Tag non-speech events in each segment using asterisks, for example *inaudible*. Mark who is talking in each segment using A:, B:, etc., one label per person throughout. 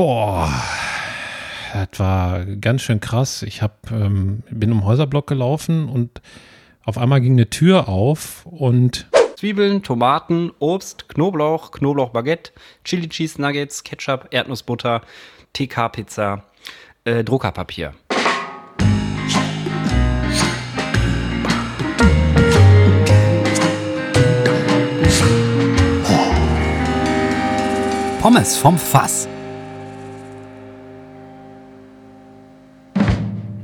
A: Boah, das war ganz schön krass. Ich hab, ähm, bin um den Häuserblock gelaufen und auf einmal ging eine Tür auf und
B: Zwiebeln, Tomaten, Obst, Knoblauch, Knoblauchbaguette, Chili Cheese Nuggets, Ketchup, Erdnussbutter, TK-Pizza, äh, Druckerpapier.
C: Pommes vom Fass.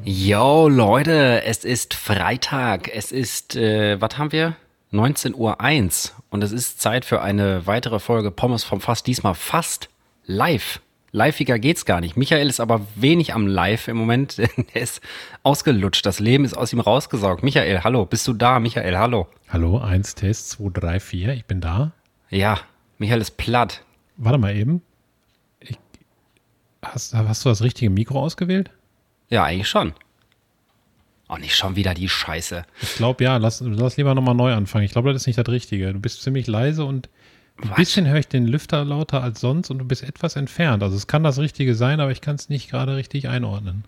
B: Yo Leute, es ist Freitag. Es ist, äh, was haben wir? 19.01 Uhr und es ist Zeit für eine weitere Folge Pommes vom Fass, diesmal fast live. Liveiger geht's gar nicht. Michael ist aber wenig am Live im Moment. *laughs* Er ist ausgelutscht. Das Leben ist aus ihm rausgesaugt. Michael, hallo, bist du da? Michael, hallo.
A: hallo, 1, Test, 2, 3, 4, ich bin da.
B: Ja, Michael ist platt.
A: Warte mal eben. Ich, hast, hast du das richtige Mikro ausgewählt?
B: Ja, eigentlich schon. Auch nicht schon wieder die Scheiße.
A: Ich glaube ja, lass, lass lieber nochmal neu anfangen. Ich glaube, das ist nicht das Richtige. Du bist ziemlich leise und ein
B: Was?
A: bisschen höre ich den Lüfter lauter als sonst und du bist etwas entfernt. Also es kann das Richtige sein, aber ich kann es nicht gerade richtig einordnen.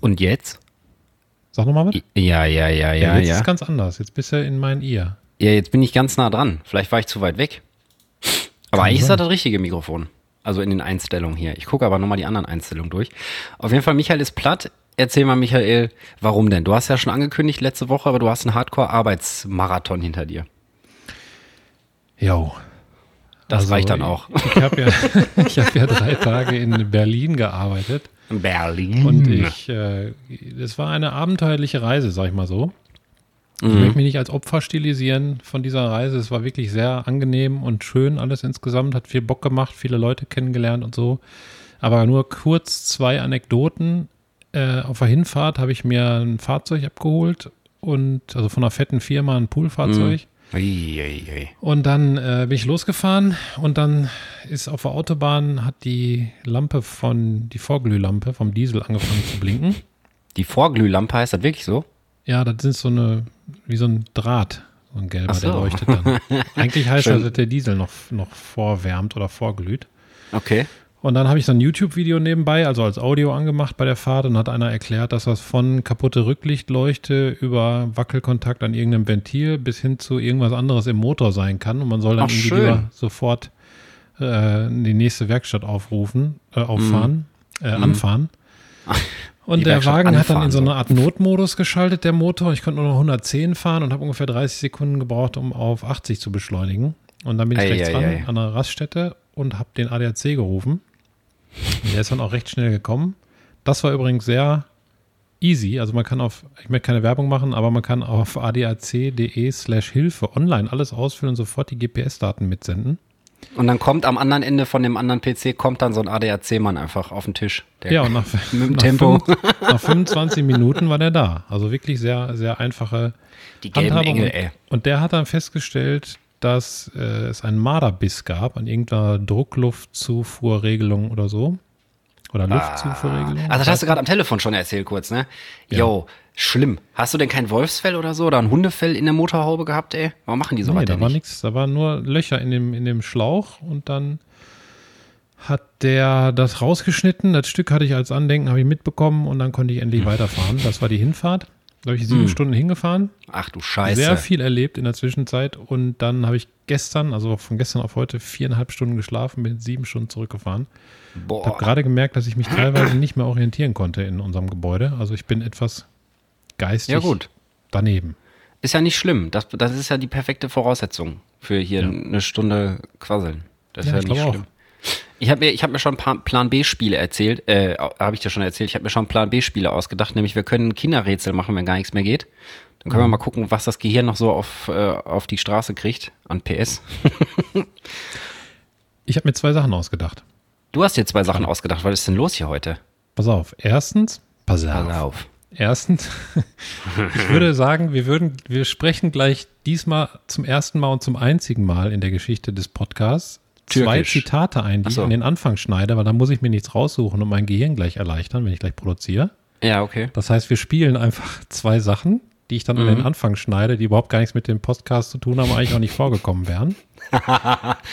B: Und jetzt?
A: Sag nochmal was.
B: Ja, ja, ja, ja,
A: jetzt ist
B: ja.
A: es ganz anders. Jetzt bist du in mein Ear.
B: Ja, jetzt bin ich ganz nah dran. Vielleicht war ich zu weit weg. Aber eigentlich ist das das richtige Mikrofon. Also in den Einstellungen hier. Ich gucke aber nochmal die anderen Einstellungen durch. Auf jeden Fall, Michael ist platt. Erzähl mal, Michael, warum denn? Du hast ja schon angekündigt letzte Woche, aber du hast einen Hardcore-Arbeitsmarathon hinter dir.
A: Jo.
B: Das reicht dann auch.
A: Also Ich, ich habe ja, *laughs* ich hab ja drei Tage in Berlin gearbeitet
B: Berlin.
A: und ich, äh, es war eine abenteuerliche Reise, sag ich mal so.
B: Mhm.
A: Ich möchte mich nicht als Opfer stilisieren von dieser Reise. Es war wirklich sehr angenehm und schön alles insgesamt, hat viel Bock gemacht, viele Leute kennengelernt und so. Aber nur kurz zwei Anekdoten. Äh, auf der Hinfahrt habe ich mir ein Fahrzeug abgeholt und also von einer fetten Firma ein Poolfahrzeug.
B: Mhm. Uiuiui.
A: Und dann äh, bin ich losgefahren und dann ist auf der Autobahn hat die Lampe von, die Vorglühlampe vom Diesel angefangen zu blinken.
B: Die Vorglühlampe heißt das wirklich so?
A: Ja, das sind so eine, wie so ein Draht, so ein gelber,
B: Ach
A: der
B: so.
A: leuchtet
B: *laughs*
A: dann. Eigentlich heißt
B: Schön.
A: das, dass der Diesel noch, noch vorwärmt oder vorglüht.
B: Okay.
A: Und dann habe ich so ein YouTube-Video nebenbei, also als Audio angemacht bei der Fahrt und hat einer erklärt, dass das von kaputte Rücklichtleuchte über Wackelkontakt an irgendeinem Ventil bis hin zu irgendwas anderes im Motor sein kann. Und man soll dann
B: Ach,
A: irgendwie
B: schön.
A: lieber sofort äh, in die nächste Werkstatt aufrufen, äh, auffahren, äh, anfahren.
B: Mhm. Die
A: Und der
B: Werkstatt
A: Wagen hat dann
B: anfahren,
A: in so
B: so.
A: eine Art Notmodus geschaltet, der Motor. Ich konnte nur noch 110 fahren und habe ungefähr 30 Sekunden gebraucht, um auf 80 zu beschleunigen. Und dann bin ich
B: Ei,
A: rechts
B: ei,
A: ran
B: ei.
A: an einer Raststätte und habe den ADAC gerufen. Und Der ist dann auch recht schnell gekommen. Das war übrigens sehr easy. Also man kann auf, ich möchte keine Werbung machen, aber man kann auf adac.de E slash Hilfe online alles ausfüllen und sofort die GPS-Daten mitsenden.
B: Und dann kommt am anderen Ende von dem anderen PC, kommt dann so ein ADAC-Mann einfach auf den Tisch. Der
A: Ja, und nach,
B: *laughs* Mit dem
A: nach,
B: Tempo.
A: fünf- nach 25 Minuten war der da. Also wirklich sehr, sehr einfache
B: Die gelben
A: Handhabung.
B: Engel, ey.
A: Und der hat dann festgestellt, dass äh, es einen Marderbiss gab an irgendeiner Druckluftzufuhrregelung oder so. Oder Luftzufuhrregelung.
B: Ah, Also das hast du gerade am Telefon schon erzählt kurz, ne? Jo, schlimm. Hast du denn kein Wolfsfell oder so oder ein Hundefell in der Motorhaube gehabt, ey? Warum machen die so
A: Nee,
B: weiter
A: da war
B: nicht?
A: nichts. Da waren nur Löcher in dem, in dem Schlauch und dann hat der das rausgeschnitten. Das Stück hatte ich als Andenken, habe ich mitbekommen und dann konnte ich endlich weiterfahren. Das war die Hinfahrt. Da habe ich
B: Hm.
A: sieben Stunden hingefahren.
B: Ach du Scheiße.
A: sehr viel erlebt in der Zwischenzeit und dann habe ich gestern, also von gestern auf heute, viereinhalb Stunden geschlafen, bin sieben Stunden zurückgefahren. Ich habe
B: Boah.
A: gerade gemerkt, dass ich mich teilweise nicht mehr orientieren konnte in unserem Gebäude. Also ich bin etwas geistig
B: Ja, gut.
A: daneben.
B: Ist ja nicht schlimm. Das, das ist ja die perfekte Voraussetzung für hier eine Stunde quasseln. Das ist
A: Ja,
B: ja
A: ich
B: nicht
A: glaube auch.
B: schlimm. Ich habe mir, ich hab mir schon ein paar Plan B-Spiele erzählt, äh, habe ich dir schon erzählt, ich habe mir schon Plan B-Spiele ausgedacht, nämlich wir können Kinderrätsel machen, wenn gar nichts mehr geht. Dann können wir
A: Mhm.
B: mal gucken, was das Gehirn noch so auf, äh, auf die Straße kriegt, an PS.
A: Ich habe mir zwei Sachen ausgedacht.
B: Du hast dir zwei Sachen ausgedacht, was ist denn los hier heute?
A: Pass auf. Erstens, pass auf.
B: Pass auf.
A: Erstens, *laughs* ich würde sagen, wir würden, wir sprechen gleich diesmal zum ersten Mal und zum einzigen Mal in der Geschichte des Podcasts zwei
B: Türkisch.
A: Zitate ein, die
B: Ach so.
A: ich an den Anfang schneide, weil da muss ich mir nichts raussuchen und mein Gehirn gleich erleichtern, wenn ich gleich produziere.
B: Ja, okay.
A: Das heißt, wir spielen einfach zwei Sachen, die ich dann an
B: Mhm.
A: den Anfang schneide, die überhaupt gar nichts mit dem Podcast zu tun haben,
B: *laughs*
A: und eigentlich auch nicht vorgekommen wären.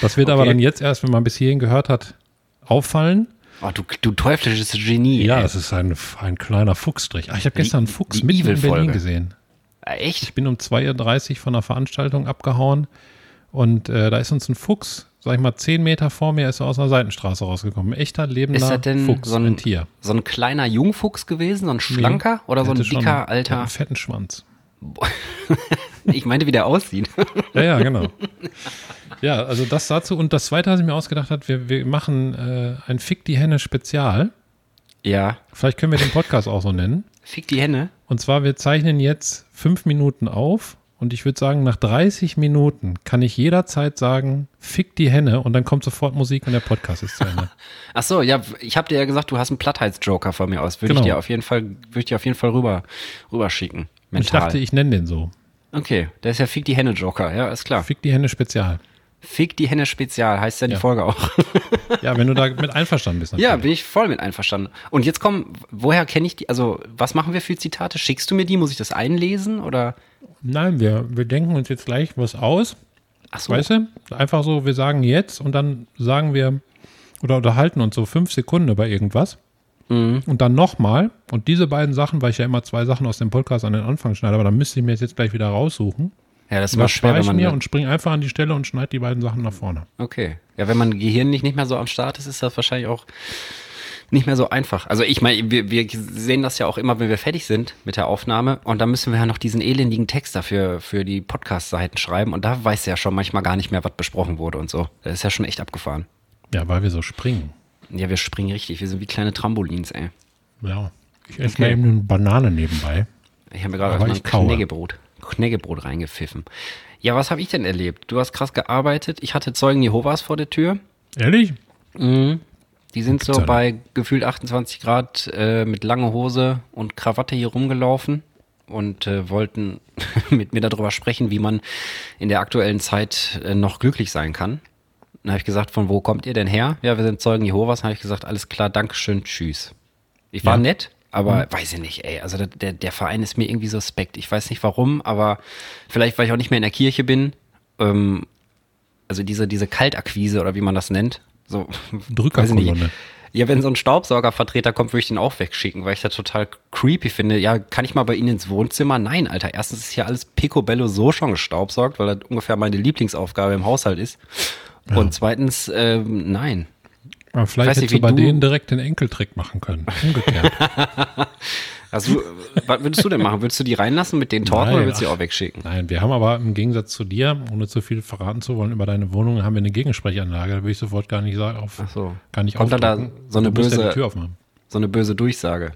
A: Das wird aber
B: Okay.
A: dann jetzt erst, wenn man bis hierhin gehört hat, auffallen.
B: Oh, du, du teuflisches Genie.
A: Ja,
B: ey.
A: es ist ein, ein kleiner Fuchsstrich. Ach, ich habe
B: Die-
A: gestern einen Fuchs
B: die
A: mitten in
B: Evil-Folge.
A: Berlin gesehen.
B: Ah, Echt?
A: Ich bin um 2.30 Uhr von einer Veranstaltung abgehauen und äh, da ist uns ein Fuchs, sag ich mal, 10 Meter vor mir ist er aus einer Seitenstraße rausgekommen. Ein echter, lebender
B: Ist das denn
A: Fuchs,
B: so ein,
A: Tier.
B: so ein kleiner Jungfuchs gewesen, so ein schlanker oder so ein
A: Hatte
B: dicker,
A: schon- hatte *laughs*
B: alter?
A: Einen fetten Schwanz.
B: Ich meinte, wie
A: *laughs*
B: der aussieht.
A: Ja, ja, genau. ja, also das dazu. Und das Zweite, was ich mir ausgedacht habe, wir, wir machen äh, ein Fick die Henne Spezial.
B: ja.
A: Vielleicht können wir den Podcast auch so nennen.
B: Fick die Henne.
A: Und zwar, wir zeichnen jetzt fünf Minuten auf. Und ich würde sagen, nach 30 Minuten kann ich jederzeit sagen, fick die Henne und dann kommt sofort Musik und der Podcast ist zu Ende.
B: Ach so, ja, ich habe dir ja gesagt, du hast einen Plattheitsjoker von mir aus. Würde
A: Genau.
B: ich dir auf jeden Fall, würde ich dir auf jeden Fall rüber, rüberschicken.
A: Und ich
B: Mental.
A: dachte, ich nenne den so.
B: okay, der ist ja Fick die Henne Joker, ja, ist klar.
A: Fick die Henne Spezial.
B: Fick die Henne Spezial heißt ja die
A: Ja.
B: Folge auch.
A: Ja, wenn du da mit einverstanden bist.
B: ja,
A: natürlich.
B: bin ich voll mit einverstanden. Und jetzt kommen, woher kenne ich die? Also, was machen wir für Zitate? Schickst du mir die? Muss ich das einlesen oder?
A: Nein, wir, wir denken uns jetzt gleich was aus.
B: Ach so.
A: Weißt du? Einfach so, wir sagen jetzt und dann sagen wir oder unterhalten uns so fünf Sekunden über irgendwas.
B: Mhm.
A: Und dann nochmal. Und diese beiden Sachen, weil ich ja immer zwei Sachen aus dem Podcast an den Anfang schneide, aber dann müsste ich mir das jetzt gleich wieder raussuchen.
B: Ja, das
A: Das
B: ist immer ne? schwer,
A: spare
B: wenn
A: ich
B: man.
A: mir und springe einfach an die Stelle und schneide die beiden Sachen nach vorne.
B: Okay. Ja, wenn man gehirnlich nicht mehr so am Start ist, ist das wahrscheinlich auch nicht mehr so einfach. Also ich meine, wir, wir sehen das ja auch immer, wenn wir fertig sind mit der Aufnahme und dann müssen wir ja noch diesen elendigen Text dafür für die Podcast-Seiten schreiben und da weiß ja schon manchmal gar nicht mehr, was besprochen wurde und so. Das ist ja schon echt abgefahren.
A: Ja, weil wir so springen.
B: Ja, wir springen richtig. Wir sind wie kleine Trampolins, ey.
A: Ja. Ich esse
B: Okay.
A: mal eben eine Banane nebenbei.
B: Ich habe mir gerade
A: Aber
B: erstmal ein
A: ich kaue.
B: Knäckebrot, Knäckebrot reingepfiffen. Ja, was habe ich denn erlebt? Du hast krass gearbeitet. Ich hatte Zeugen Jehovas vor der Tür.
A: Ehrlich?
B: Die sind so
A: Gibt's ja
B: bei gefühlt 28 Grad äh, mit lange Hose und Krawatte hier rumgelaufen und äh, wollten *laughs* mit mir darüber sprechen, wie man in der aktuellen Zeit äh, noch glücklich sein kann. Dann habe ich gesagt, von wo kommt ihr denn her? Ja, wir sind Zeugen Jehovas. Dann habe ich gesagt, alles klar, Dankeschön, tschüss. Ich war
A: Ja. Mhm.
B: nett, aber weiß ich nicht, ey. Also der- der, der Verein ist mir irgendwie suspekt. Ich weiß nicht warum, aber vielleicht, weil ich auch nicht mehr in der Kirche bin. Ähm, also diese, diese Kaltakquise oder wie man das nennt.
A: *laughs*
B: So, weiß ich nicht.
A: Drückerkolonne.
B: Ja, wenn so ein Staubsaugervertreter kommt, würde ich den auch wegschicken, weil ich das total creepy finde. Ja, kann ich mal bei Ihnen ins Wohnzimmer? Nein, Alter. Erstens ist hier alles picobello so schon gestaubsaugt, weil das ungefähr meine Lieblingsaufgabe im Haushalt ist. Und zweitens, ähm, nein.
A: Aber vielleicht
B: Weiß nicht,
A: hättest du
B: wie
A: bei
B: du-
A: denen direkt den Enkeltrick machen können.
B: *laughs*
A: Umgekehrt. *laughs*
B: Also, was würdest du denn machen? Würdest du die reinlassen mit den Torten oder
A: Nein,
B: würdest du die
A: ach.
B: auch wegschicken?
A: Nein, wir haben aber im Gegensatz zu dir, ohne zu viel verraten zu wollen über deine Wohnung, haben wir eine Gegensprechanlage. Da würde ich sofort gar nicht sagen, auf,
B: Ach so.
A: gar nicht
B: Kommt dann da
A: aufdrücken.
B: so eine
A: du musst ja
B: böse-
A: die Tür aufmachen.
B: So eine böse Durchsage.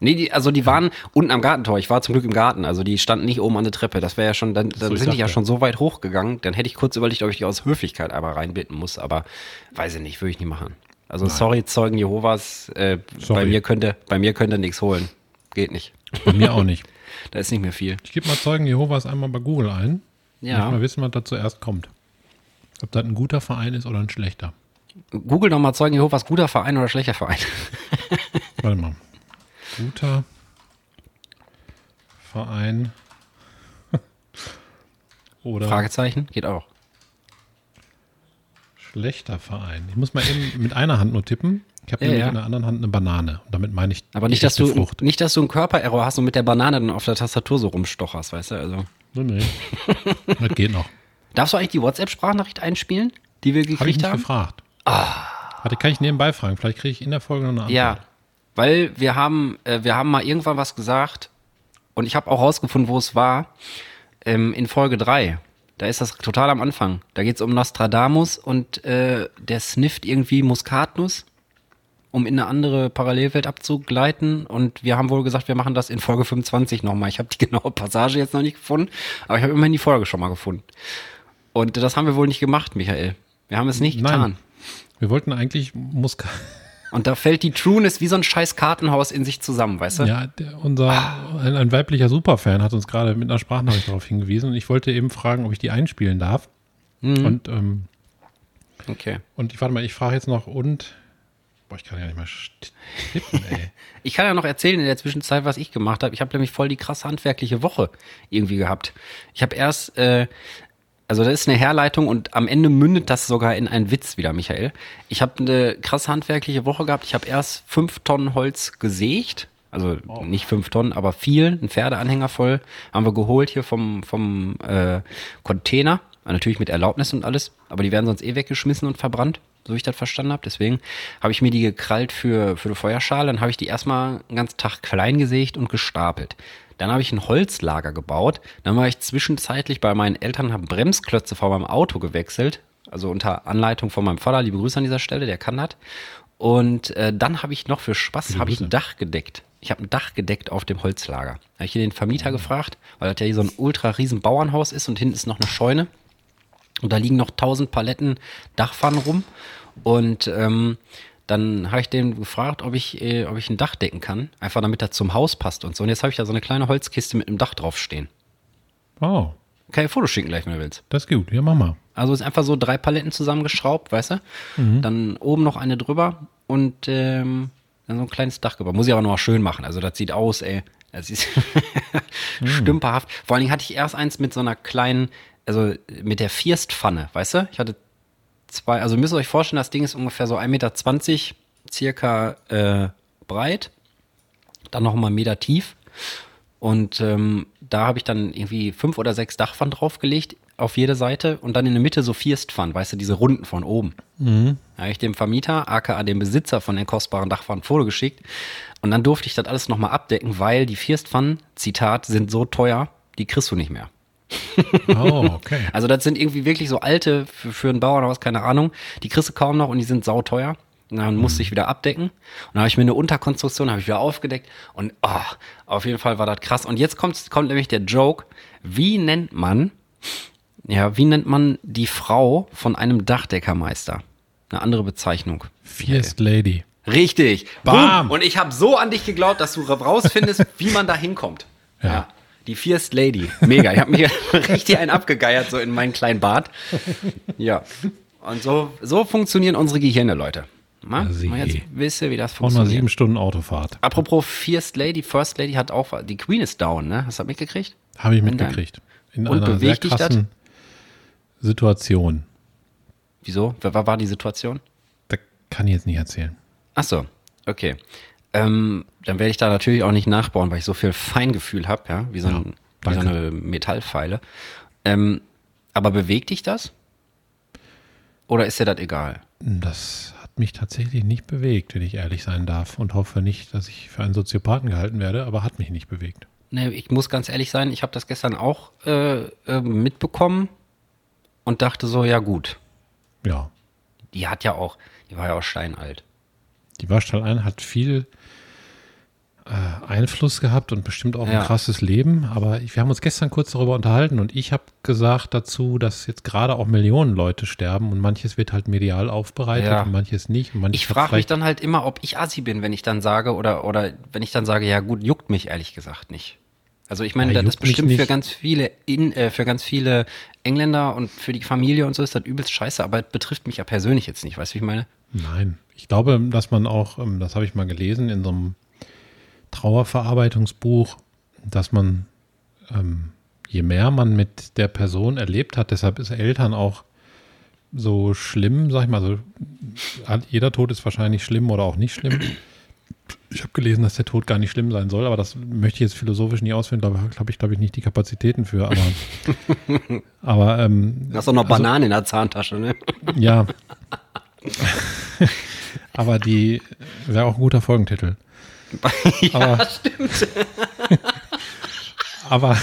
B: Nee, die, also die waren unten am Gartentor. Ich war zum Glück im Garten. Also die standen nicht oben an der Treppe. Das wäre ja schon, dann, dann
A: ich
B: sind die ja
A: dachte.
B: schon so weit hochgegangen. Dann hätte ich kurz überlegt, ob ich die aus Höflichkeit einmal reinbitten muss. Aber weiß ich nicht, würde ich nie machen. Also sorry, Zeugen Jehovas. Äh,
A: Sorry.
B: bei mir könnte, bei mir könnte nichts holen. Geht nicht.
A: Bei mir auch nicht.
B: Da ist nicht mehr viel.
A: Ich gebe mal Zeugen Jehovas einmal bei Google ein.
B: Ja.
A: Ich mal wissen, was da zuerst kommt. Ob das ein guter Verein ist oder ein schlechter.
B: Google doch mal Zeugen Jehovas, guter Verein oder schlechter Verein.
A: Warte mal. Guter Verein. *laughs* Oder
B: Fragezeichen? Geht auch.
A: schlechter Verein. Ich muss mal eben mit einer Hand nur tippen. Ich habe
B: Ja,
A: nämlich
B: ja.
A: in der anderen Hand eine Banane. Und damit meine ich
B: Aber
A: die
B: nicht, dass
A: echte
B: du,
A: Frucht.
B: nicht, dass du einen Körpererror hast und mit der Banane dann auf der Tastatur so rumstocherst, weißt du? Also.
A: Nee, nee.
B: *laughs*
A: das geht noch.
B: Darfst du eigentlich die WhatsApp-Sprachnachricht einspielen, die wir gekriegt
A: Habe ich nicht
B: haben?
A: gefragt. Warte, kann ich nebenbei fragen? Vielleicht kriege ich in der Folge noch eine Antwort.
B: Ah. Ja, weil wir haben, äh, wir haben mal irgendwann was gesagt und ich habe auch rausgefunden, wo es war. Ähm, in Folge 3. Da ist das total am Anfang. Da geht es um Nostradamus und äh, der snifft irgendwie Muskatnuss, um in eine andere Parallelwelt abzugleiten. Und wir haben wohl gesagt, wir machen das in Folge 25 nochmal. Ich habe die *laughs* genaue Passage jetzt noch nicht gefunden, aber ich habe immerhin die Folge schon mal gefunden. Und das haben wir wohl nicht gemacht, Michael. Wir haben es nicht
A: Nein.
B: getan.
A: Wir wollten eigentlich Muskat.
B: Und da fällt die Trueness wie so ein scheiß Kartenhaus in sich zusammen, weißt du?
A: Ja, der, unser,
B: Ah.
A: ein, ein weiblicher Superfan hat uns gerade mit einer Sprachnachricht darauf hingewiesen und ich wollte eben fragen, ob ich die einspielen darf.
B: Mhm.
A: Und, ähm,
B: Okay.
A: und ich warte mal, ich frage jetzt noch und. Boah, ich kann ja nicht mal st- tippen,
B: *laughs*
A: ey.
B: Ich kann ja noch erzählen in der Zwischenzeit, was ich gemacht habe. Ich habe nämlich voll die krasse handwerkliche Woche irgendwie gehabt. Ich habe erst äh, also das ist eine Herleitung und am Ende mündet das sogar in einen Witz wieder, Michael. Ich habe eine krass handwerkliche Woche gehabt. Ich habe erst fünf Tonnen Holz gesägt. Also
A: Wow.
B: nicht fünf Tonnen, aber viel. Ein Pferdeanhänger voll haben wir geholt hier vom, vom äh, Container. Ah, Natürlich mit Erlaubnis und alles. Aber die werden sonst eh weggeschmissen und verbrannt, so wie ich das verstanden habe. Deswegen habe ich mir die gekrallt für, für eine Feuerschale. Dann habe ich die erstmal einen ganzen Tag klein gesägt und gestapelt. Dann habe ich ein Holzlager gebaut. Dann war ich zwischenzeitlich bei meinen Eltern, habe Bremsklötze vor meinem Auto gewechselt. Also unter Anleitung von meinem Vater. Liebe Grüße an dieser Stelle, der kann das. Und äh, dann habe ich noch für Spaß habe ich ein Dach gedeckt. Ich habe ein Dach gedeckt auf dem Holzlager. Da habe ich hier den Vermieter gefragt, weil das ja hier so ein ultra riesen Bauernhaus ist und hinten ist noch eine Scheune. Und da liegen noch 1000 Paletten Dachpfannen rum. Und ähm, dann habe ich den gefragt, ob ich, äh, ob ich ein Dach decken kann. Einfach damit das zum Haus passt und so. Und jetzt habe ich da so eine kleine Holzkiste mit einem Dach drauf stehen.
A: Wow,
B: Kann ich dir Fotos schicken gleich, wenn du willst.
A: Oh, das ist gut. Ja, mach mal.
B: Also ist einfach so drei Paletten zusammengeschraubt, weißt du? Dann oben noch eine drüber und ähm, dann so ein kleines Dach gebaut. Muss ich aber nochmal schön machen. Also das sieht aus, ey. Das ist *laughs* stümperhaft. Vor allen Dingen hatte ich erst eins mit so einer kleinen, also mit der Firstpfanne, weißt du? Ich hatte zwei, also müsst ihr euch vorstellen, das Ding ist ungefähr so 1,20 Meter circa äh, breit, dann nochmal einen Meter tief. Und ähm, da habe ich dann irgendwie fünf oder sechs Dachpfannen draufgelegt auf jede Seite und dann in der Mitte so Firstpfannen, weißt du, diese Runden von oben. Da habe ich dem Vermieter, aka dem Besitzer von den kostbaren Dachpfannen, ein Foto geschickt. Und dann durfte ich das alles nochmal abdecken, weil die Firstpfannen, Zitat, sind so teuer, die kriegst du nicht mehr.
A: Oh,
B: *laughs*
A: okay.
B: Also das sind irgendwie wirklich so alte für, für ein Bauernhaus, keine Ahnung. Die kriegst du kaum noch und die sind sauteuer. Und dann musste ich wieder abdecken. Und dann habe ich mir eine Unterkonstruktion, habe ich wieder aufgedeckt. Und oh, auf jeden Fall war das krass. Und jetzt kommt, kommt nämlich der Joke. Wie nennt man, ja, wie nennt man die Frau von einem Dachdeckermeister? Eine andere Bezeichnung.
A: Fierce Lady.
B: Richtig.
A: Bam.
B: Boom. Und ich habe so an dich geglaubt, dass du
A: *laughs*
B: rausfindest, wie man da hinkommt. Ja. Die First Lady. Mega. Ich habe mir *laughs* richtig einen abgegeiert, so in meinen kleinen Bart. Ja. Und so, so funktionieren unsere Gehirne, Leute. Ma?
A: Ja, sieh.
B: Ma, jetzt wisst ihr, wie das
A: Auch noch
B: funktioniert.
A: sieben Stunden Autofahrt.
B: Apropos First Lady, First Lady hat auch, die Queen ist down, ne? Hast du das mitgekriegt?
A: Habe ich mitgekriegt. In
B: Und
A: einer sehr
B: bewegt dich das?
A: krassen Situation.
B: Wieso? Wer- Was war die Situation?
A: Da kann ich jetzt nicht erzählen.
B: Ach so, okay. Ähm, dann werde ich da natürlich auch nicht nachbauen, weil ich so viel Feingefühl habe, ja, wie so, ein, wie so
A: danke.
B: eine Metallpfeile. Ähm, aber bewegt dich das? Oder ist dir das egal?
A: Das hat mich tatsächlich nicht bewegt, wenn ich ehrlich sein darf. Und hoffe nicht, dass ich für einen Soziopathen gehalten werde, aber hat mich nicht bewegt.
B: Nee, Ne, ich muss ganz ehrlich sein, ich habe das gestern auch äh, äh, mitbekommen und dachte so, ja gut,
A: Ja.
B: die hat ja auch, die war ja auch steinalt.
A: Die Waschtal ein hat viel äh, Einfluss gehabt und bestimmt auch
B: Ja.
A: ein krasses Leben. Aber ich- wir haben uns gestern kurz darüber unterhalten und ich habe gesagt dazu, dass jetzt gerade auch Millionen Leute sterben und manches wird halt medial aufbereitet
B: Ja.
A: und manches nicht. Und manches
B: Ich frage mich
A: vielleicht-
B: dann halt immer, ob ich Assi bin, wenn ich dann sage oder oder wenn ich dann sage, ja gut, juckt mich ehrlich gesagt nicht. Also ich meine,
A: Ja,
B: das ist
A: juckt mich
B: bestimmt für
A: nicht.
B: ganz viele in, äh, für ganz viele Engländer und für die Familie und so ist das übelst scheiße, aber es betrifft mich ja persönlich jetzt nicht, weißt du, wie ich meine?
A: Nein, ich glaube, dass man auch, ähm, das habe ich mal gelesen in so einem Trauerverarbeitungsbuch, dass man, ähm, je mehr man mit der Person erlebt hat, deshalb ist Eltern auch so schlimm, sag ich mal, so, hat- jeder Tod ist wahrscheinlich schlimm oder auch nicht schlimm. Ich habe gelesen, dass der Tod gar nicht schlimm sein soll, aber das möchte ich jetzt philosophisch nicht ausführen, da habe ich, glaube ich, nicht die Kapazitäten für. Aber, aber ähm,
B: Du hast auch noch Bananen in der Zahntasche, ne?
A: ja. Aber die wäre auch ein guter Folgentitel. aber,
B: stimmt.
A: *laughs* aber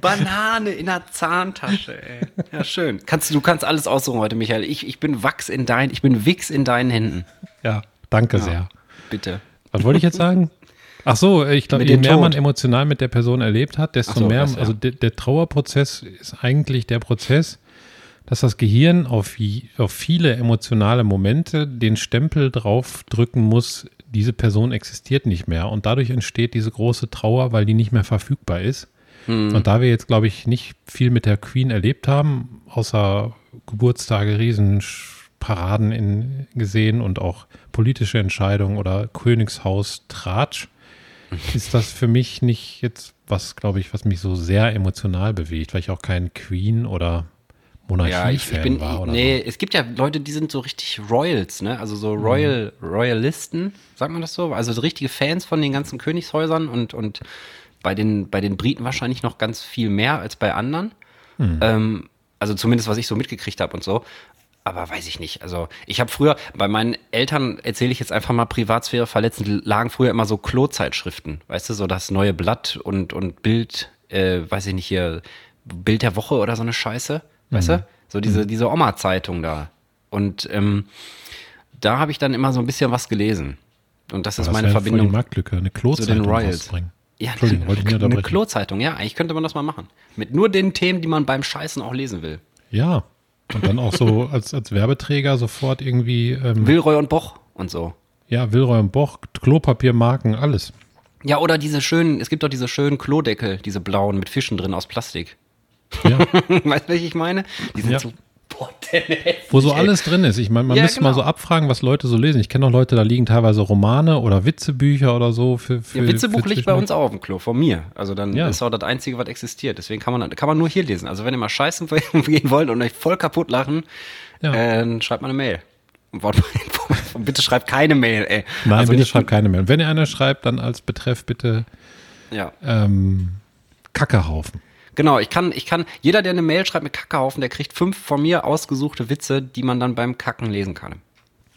B: Banane in der Zahntasche, ey. Ja, schön. Kannst du, du kannst alles aussuchen heute, Michael. Ich, ich bin Wachs in deinen, ich bin Wichs in deinen Händen.
A: ja, danke sehr.
B: Bitte.
A: Was wollte ich jetzt sagen? Ach so, ich glaube,
B: Mit
A: je
B: dem
A: mehr man
B: Tod.
A: emotional mit der Person erlebt hat, desto
B: Ach so,
A: mehr,
B: das, ja.
A: also der, der Trauerprozess ist eigentlich der Prozess, dass das Gehirn auf, je- auf viele emotionale Momente den Stempel draufdrücken muss, diese Person existiert nicht mehr. Und dadurch entsteht diese große Trauer, weil die nicht mehr verfügbar ist.
B: Hm.
A: Und da wir jetzt, glaube ich, nicht viel mit der Queen erlebt haben, außer Geburtstage, Riesenparaden
B: *laughs*
A: in, gesehen und auch politische Entscheidungen oder Königshaus, Tratsch, ist das für mich nicht jetzt was, glaube ich, was mich so sehr emotional bewegt, weil ich auch kein Queen oder
B: Ja, ich, ich
A: Monarchie-Fan
B: bin.
A: war. Oder
B: nee, es gibt ja Leute, die sind so richtig Royals, ne? Also so Royal, Royalisten, sagt man das so? Also so richtige Fans von den ganzen Königshäusern und, und bei, den, bei den Briten wahrscheinlich noch ganz viel mehr als bei anderen. Ähm, also zumindest, was ich so mitgekriegt habe und so. Aber weiß ich nicht. Also ich habe früher, bei meinen Eltern erzähle ich jetzt einfach mal Privatsphäre verletzend, lagen früher immer so Klozeitschriften. Weißt du, so das neue Blatt und, und Bild, äh, weiß ich nicht hier, Bild der Woche oder so eine Scheiße. Weißt
A: Mhm.
B: du? So diese, diese Oma-Zeitung da. Und ähm, da habe ich dann immer so ein bisschen was gelesen. Und das ist
A: so.
B: meine
A: das wäre voll
B: Verbindung
A: die Marktlücke, eine Klozeitung
B: Royals.
A: rauszubringen.
B: ja,
A: Entschuldigung, wollte ich nicht
B: eine, eine
A: unterbrechen.
B: Klozeitung, ja, eigentlich könnte man das mal machen. Mit nur den Themen, die man beim Scheißen auch lesen will.
A: ja, und dann auch so als, als Werbeträger sofort irgendwie, ähm,
B: Wilroy und Boch und so.
A: ja, Wilroy und Boch, Klopapiermarken, alles.
B: Ja, oder diese schönen, es gibt doch diese schönen Klodeckel, diese blauen mit Fischen drin aus Plastik. *laughs*
A: Ja.
B: weißt du, welche ich meine? Die sind
A: Ja.
B: so, boah, der
A: Wo
B: *laughs*
A: so alles drin ist. Ich meine, man
B: Ja,
A: müsste mal
B: genau.
A: so abfragen, was Leute so lesen. Ich kenne auch Leute, da liegen teilweise Romane oder Witzebücher oder so. Für, für,
B: Der Witzebuch
A: für
B: liegt bei
A: zwischendurch.
B: uns auch auf dem Klo, von mir. Also dann
A: Ja.
B: ist auch das Einzige, was existiert. Deswegen kann man, kann man nur hier lesen. Also wenn ihr mal scheißen *laughs* gehen wollt und euch voll kaputt lachen,
A: Ja.
B: äh, schreibt mal eine Mail. Und wart- und *laughs* bitte schreibt keine Mail, ey.
A: Nein,
B: Also
A: bitte
B: nicht-
A: schreibt keine mehr. Und wenn ihr eine schreibt, dann als Betreff bitte
B: Ja.
A: ähm, Kackehaufen.
B: Genau, ich kann, ich kann, jeder, der eine Mail schreibt mit Kackehaufen, der kriegt fünf von mir ausgesuchte Witze, die man dann beim Kacken lesen kann.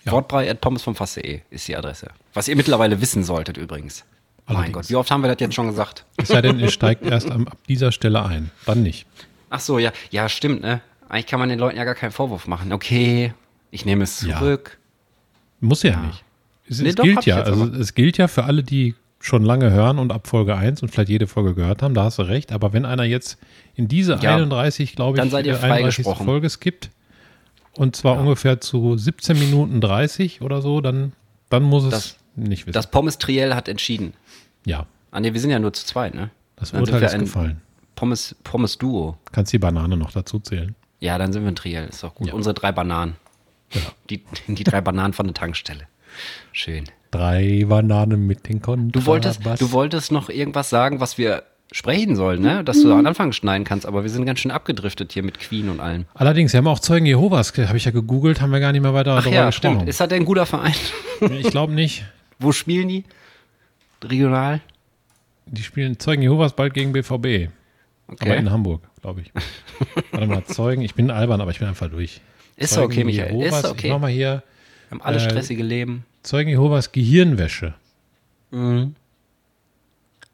A: Ja.
B: Wortbrei at pommesvomfass.de E ist die Adresse. Was ihr mittlerweile wissen solltet übrigens. Oh Mein
A: Allerdings.
B: Gott, wie oft haben wir das jetzt schon gesagt?
A: Es sei denn, ihr steigt erst am, ab dieser Stelle ein. Dann nicht.
B: Ach so, ja, ja, stimmt, ne? Eigentlich kann man den Leuten ja gar keinen Vorwurf machen. Okay, ich nehme es
A: Ja.
B: zurück.
A: Muss ja, nicht. Es,
B: Nee,
A: es
B: doch, hab
A: gilt
B: ich
A: ja.
B: jetzt
A: Also es gilt ja für alle, die schon lange hören und ab Folge 1 und vielleicht jede Folge gehört haben, da hast du recht. Aber wenn einer jetzt in diese
B: Ja.
A: 31, glaube ich,
B: Dann seid
A: äh,
B: ihr
A: 31.
B: freigesprochen.
A: Folge skippt, und zwar ungefähr zu 17 Minuten 30 oder so, dann, dann muss es
B: Das-
A: nicht wissen.
B: Das Pommes-Triell hat entschieden.
A: ja,
B: Ah ne, wir sind ja nur zu zweit, ne?
A: das
B: Dann sind
A: Urteil
B: wir
A: ist
B: ein
A: gefallen.
B: Pommes- Pommes-Duo.
A: Kannst die Banane noch dazu zählen.
B: ja, dann sind wir ein Triell, ist doch gut.
A: Ja.
B: Unsere drei Bananen. *laughs* Die, die drei Bananen von der Tankstelle. Schön.
A: Drei Bananen mit den Kontrabas.
B: Du wolltest, du wolltest noch irgendwas sagen, was wir sprechen sollen, ne? Dass
A: Mhm.
B: du am Anfang schneiden kannst, aber wir sind ganz schön abgedriftet hier mit Queen und allem.
A: Allerdings, wir haben auch Zeugen Jehovas, habe ich ja gegoogelt, haben wir gar nicht mehr weiter
B: Ach
A: darüber
B: ja,
A: gesprochen.
B: stimmt. Ist das denn ein guter Verein? *laughs*
A: Ich glaube nicht.
B: Wo spielen die? Regional?
A: Die spielen Zeugen Jehovas bald gegen BVB. Aber in
B: Okay.
A: Hamburg, glaube ich. Warte mal, Zeugen. Ich bin albern, aber ich bin einfach durch.
B: Ist doch
A: Zeugen
B: okay, Michael. Ist
A: Jehovas,
B: doch
A: Ich mach
B: okay.
A: mal hier
B: Wir haben alle
A: äh,
B: stressige Leben.
A: Zeugen Jehovas Gehirnwäsche.
B: Mhm.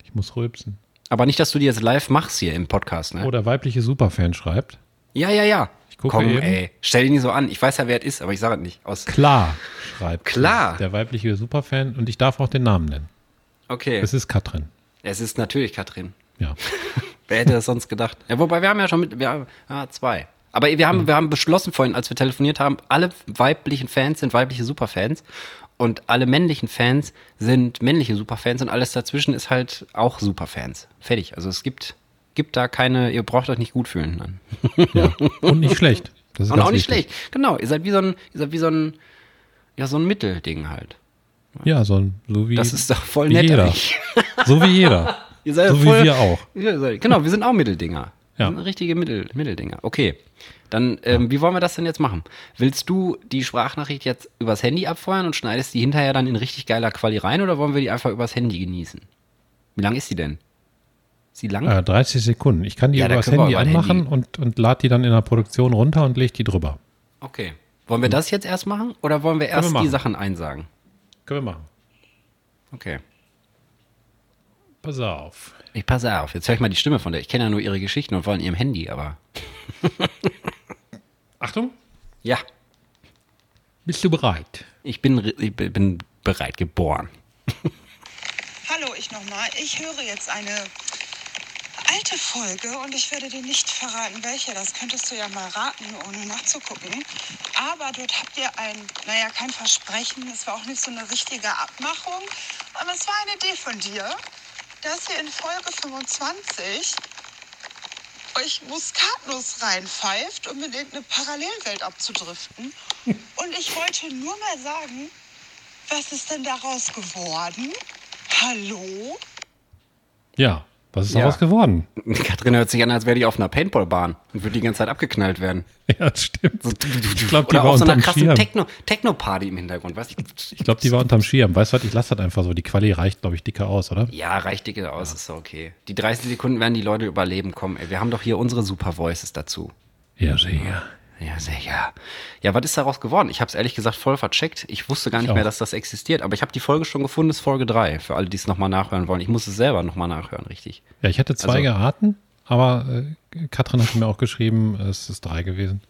A: Ich muss rülpsen.
B: Aber nicht, dass du die jetzt live machst hier im Podcast, ne?
A: Oh, der weibliche Superfan schreibt.
B: Ja, ja, ja. Ich
A: gucke
B: Komm,
A: eben.
B: ey. Stell dich nicht so an. Ich weiß ja, wer es ist, aber ich sage es
A: *laughs*
B: nicht. Aus.
A: Klar schreibt.
B: Klar.
A: Der weibliche Superfan. Und ich darf auch den Namen nennen.
B: Okay.
A: Es ist Katrin.
B: es ist natürlich Katrin.
A: Ja.
B: Wer hätte das sonst gedacht? Ja, wobei wir haben ja schon mit, wir haben, ah, zwei. Aber wir haben, wir haben beschlossen vorhin, als wir telefoniert haben, alle weiblichen Fans sind weibliche Superfans und alle männlichen Fans sind männliche Superfans und alles dazwischen ist halt auch Superfans. Fertig. Also es gibt, gibt da keine, ihr braucht euch nicht gut fühlen dann.
A: ja. Und nicht schlecht. Das ist
B: Und
A: ganz
B: auch nicht
A: wichtig.
B: schlecht. Genau, ihr seid wie so ein, ihr seid wie so ein, ja, so ein Mittelding halt.
A: Ja, so, ein- so wie.
B: Das ist doch voll
A: wie
B: nett.
A: jeder.
B: eigentlich.
A: So wie
B: *laughs*
A: jeder.
B: Ihr seid
A: so
B: voll-
A: wie wir auch.
B: Ja, ihr seid- Genau, wir sind auch Mitteldinger.
A: Ja.
B: Wir sind Richtige Mittel, Mitteldinger. Okay. Dann, ähm, wie wollen wir das denn jetzt machen? Willst du die Sprachnachricht jetzt übers Handy abfeuern und schneidest die hinterher dann in richtig geiler Quali rein oder wollen wir die einfach übers Handy genießen? Wie lang ist die denn? Ist die lang?
A: Äh, 30 Sekunden. Ich kann die
B: Ja, da
A: übers
B: können wir
A: Handy
B: über ein
A: anmachen
B: Handy.
A: und, und lade die dann in der Produktion runter und lege die drüber.
B: Okay. Wollen wir das jetzt erst machen oder wollen wir erst die
A: machen.
B: Sachen einsagen?
A: Können wir machen.
B: Okay.
A: Pass auf.
B: Ich passe auf. Jetzt höre ich mal die Stimme von der. Ich kenne ja nur ihre Geschichten und vor allem ihrem Handy, aber.
A: Achtung.
B: Ja,
A: Bist du bereit?
B: ich bin, re- ich bin bereit geboren.
C: Hallo, ich nochmal. Ich höre jetzt eine alte Folge und ich werde dir nicht verraten, welche. Das könntest du ja mal raten, ohne nachzugucken. Aber dort habt ihr ein, naja, kein Versprechen. Es war auch nicht so eine richtige Abmachung. Aber es war eine Idee von dir, dass ihr in Folge 25 euch Muskatnuss reinpfeift, um in irgendeine Parallelwelt abzudriften. Und ich wollte nur mal sagen, was ist denn daraus geworden? Hallo?
A: Ja, was ist
B: Ja.
A: daraus geworden? *laughs*
B: *laughs* Katrin hört sich an, als wäre die auf einer Paintballbahn und würde die ganze Zeit abgeknallt werden.
A: Ja, das stimmt. Ich glaube, die
B: Oder
A: war
B: auf so einer
A: unterm
B: krassen
A: Schirm.
B: Techno- Techno-Party im Hintergrund. Was?
A: Ich glaube, die war unterm Schirm. Weißt du was, ich lasse das einfach so. Die Quali reicht, glaube ich, dicker aus, oder?
B: Ja, reicht dicke aus, ist doch okay. Die 30 Sekunden werden die Leute überleben. Komm, ey, wir haben doch hier unsere Super Voices dazu.
A: Ja, sicher.
B: Ja, sicher. Ja, was ist daraus geworden? Ich habe es ehrlich gesagt voll vercheckt. Ich wusste gar nicht
A: auch.
B: mehr, dass das existiert. Aber ich habe die Folge schon gefunden, ist Folge 3. Für alle, die es nochmal nachhören wollen. Ich muss es selber nochmal nachhören, richtig.
A: Ja, ich hatte zwei
B: Also-
A: geraten, aber äh, Katrin hat mir auch geschrieben, es ist drei gewesen.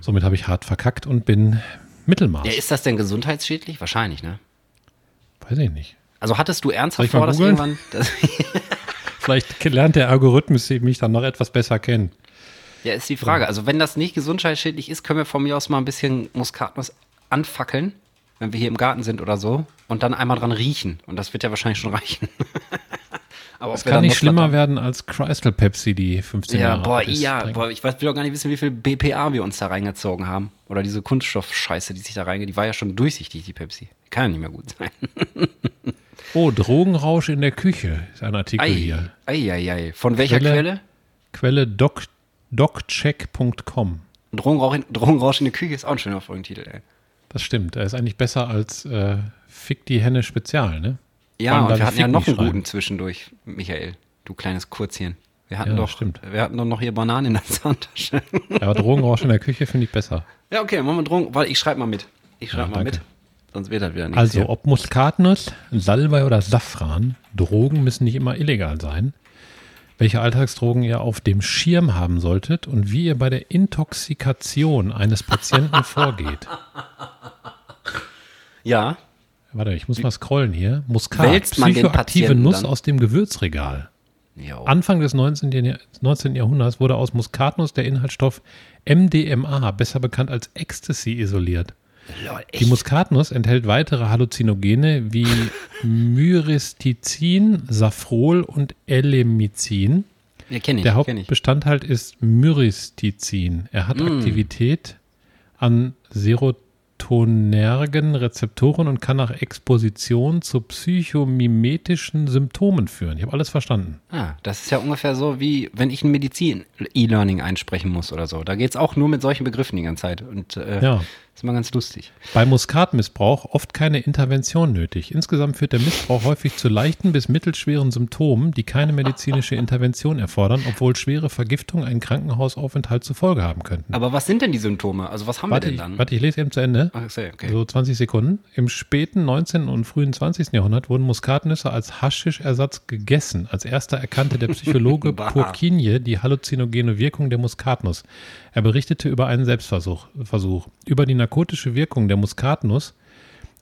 A: Somit habe ich hart verkackt und bin Mittelmaß.
B: Mhm. Ja, ist das denn gesundheitsschädlich? Wahrscheinlich, ne?
A: Weiß ich nicht.
B: Also hattest du
A: Soll
B: ernsthaft
A: ich mal
B: vor, dass
A: googeln?
B: irgendwann.
A: *laughs*
B: Das,
A: Vielleicht lernt der Algorithmus mich dann noch etwas besser kennen.
B: ja, ist die Frage. Also, wenn das nicht gesundheitsschädlich ist, können wir von mir aus mal ein bisschen Muskatnuss anfackeln, wenn wir hier im Garten sind oder so. Und dann einmal dran riechen. Und das wird ja wahrscheinlich schon *laughs* reichen. Aber
A: Es kann nicht schlimmer werden als Crystal Pepsi, die 15
B: Ja,
A: Jahre
B: boah,
A: alt ist.
B: ja,
A: Trinken.
B: boah, ich weiß, will auch gar nicht wissen, wie viel BPA wir uns da reingezogen haben. Oder diese Kunststoffscheiße, die sich da reingeht, die war ja schon durchsichtig, die Pepsi. Kann ja nicht mehr gut sein.
A: Oh, Drogenrausch in der Küche ist ein Artikel
B: Ei,
A: hier.
B: ei, ei, ei. Von welcher
A: Quelle?
B: Quelle?
A: Quelle doc, doccheck.com.
B: Drogenrauch in, Drogenrausch in der Küche ist auch ein schöner Folgentitel, ey.
A: Das stimmt. Er ist eigentlich besser als äh, Fick die Henne Spezial, ne?
B: Ja,
A: Vor allem,
B: und
A: weil
B: wir hatten ja
A: Fick
B: noch
A: nicht
B: einen
A: schreiben.
B: guten zwischendurch, Michael. Du kleines Kurzchen. Wir hatten
A: Ja,
B: doch,
A: stimmt.
B: wir hatten doch noch hier Bananen
A: *laughs*
B: in der Zahntasche.
A: Ja, Aber Drogenrausch in der Küche finde ich besser.
B: ja, okay, machen wir Drogen. Warte, ich schreibe mal mit. Ich schreibe
A: Ja,
B: mal
A: danke.
B: mit. Sonst wird das wieder nichts.
A: Also,
B: hier.
A: ob Muskatnuss, Salbei oder Safran, Drogen müssen nicht immer illegal sein. Welche Alltagsdrogen ihr auf dem Schirm haben solltet und wie ihr bei der Intoxikation eines
B: *laughs*
A: Patienten vorgeht.
B: ja,
A: Warte, ich muss mal scrollen hier. Muskat,
B: Wälzt man den
A: psychoaktive
B: Patienten
A: Nuss
B: dann?
A: aus dem Gewürzregal.
B: Jo.
A: Anfang des 19. Jahrh- 19. Jahrhunderts wurde aus Muskatnuss der Inhaltsstoff MDMA, besser bekannt als Ecstasy, isoliert.
B: Lol,
A: Die Muskatnuss enthält weitere Halluzinogene
B: *laughs*
A: wie Myristizin, Safrol und Elemizin.
B: Ja, kenne ich.
A: Der
B: kenn ich. Mm.
A: Hauptbestandteil ist Myristizin. Er hat Aktivität an serotonergen Rezeptoren und kann nach Exposition zu psychomimetischen Symptomen führen. Ich habe alles verstanden.
B: Ah, das ist ja ungefähr so, wie wenn ich ein Medizin-E-Learning einsprechen muss oder so. Da geht's auch nur mit solchen Begriffen die ganze Zeit. Und äh,
A: Ja.
B: ist immer ganz lustig.
A: Bei Muskatmissbrauch oft keine Intervention nötig. Insgesamt führt der Missbrauch häufig zu leichten bis mittelschweren Symptomen, die keine medizinische Intervention erfordern, obwohl schwere Vergiftung einen Krankenhausaufenthalt zur Folge haben könnten.
B: Aber was sind denn die Symptome? Also was haben
A: Warte,
B: wir denn
A: ich,
B: dann? Ah.
A: warte, Also, ich lese eben zu Ende.
B: Ach, sehr, okay.
A: So 20 Sekunden. Im späten 19. und frühen 20. Jahrhundert wurden Muskatnüsse als Haschischersatz gegessen. Als erster erkannte der Psychologe
B: Bah.
A: Purkinje die halluzinogene Wirkung der Muskatnuss. Er berichtete über einen Selbstversuch, Versuch. über die narkotische Wirkung der Muskatnuss.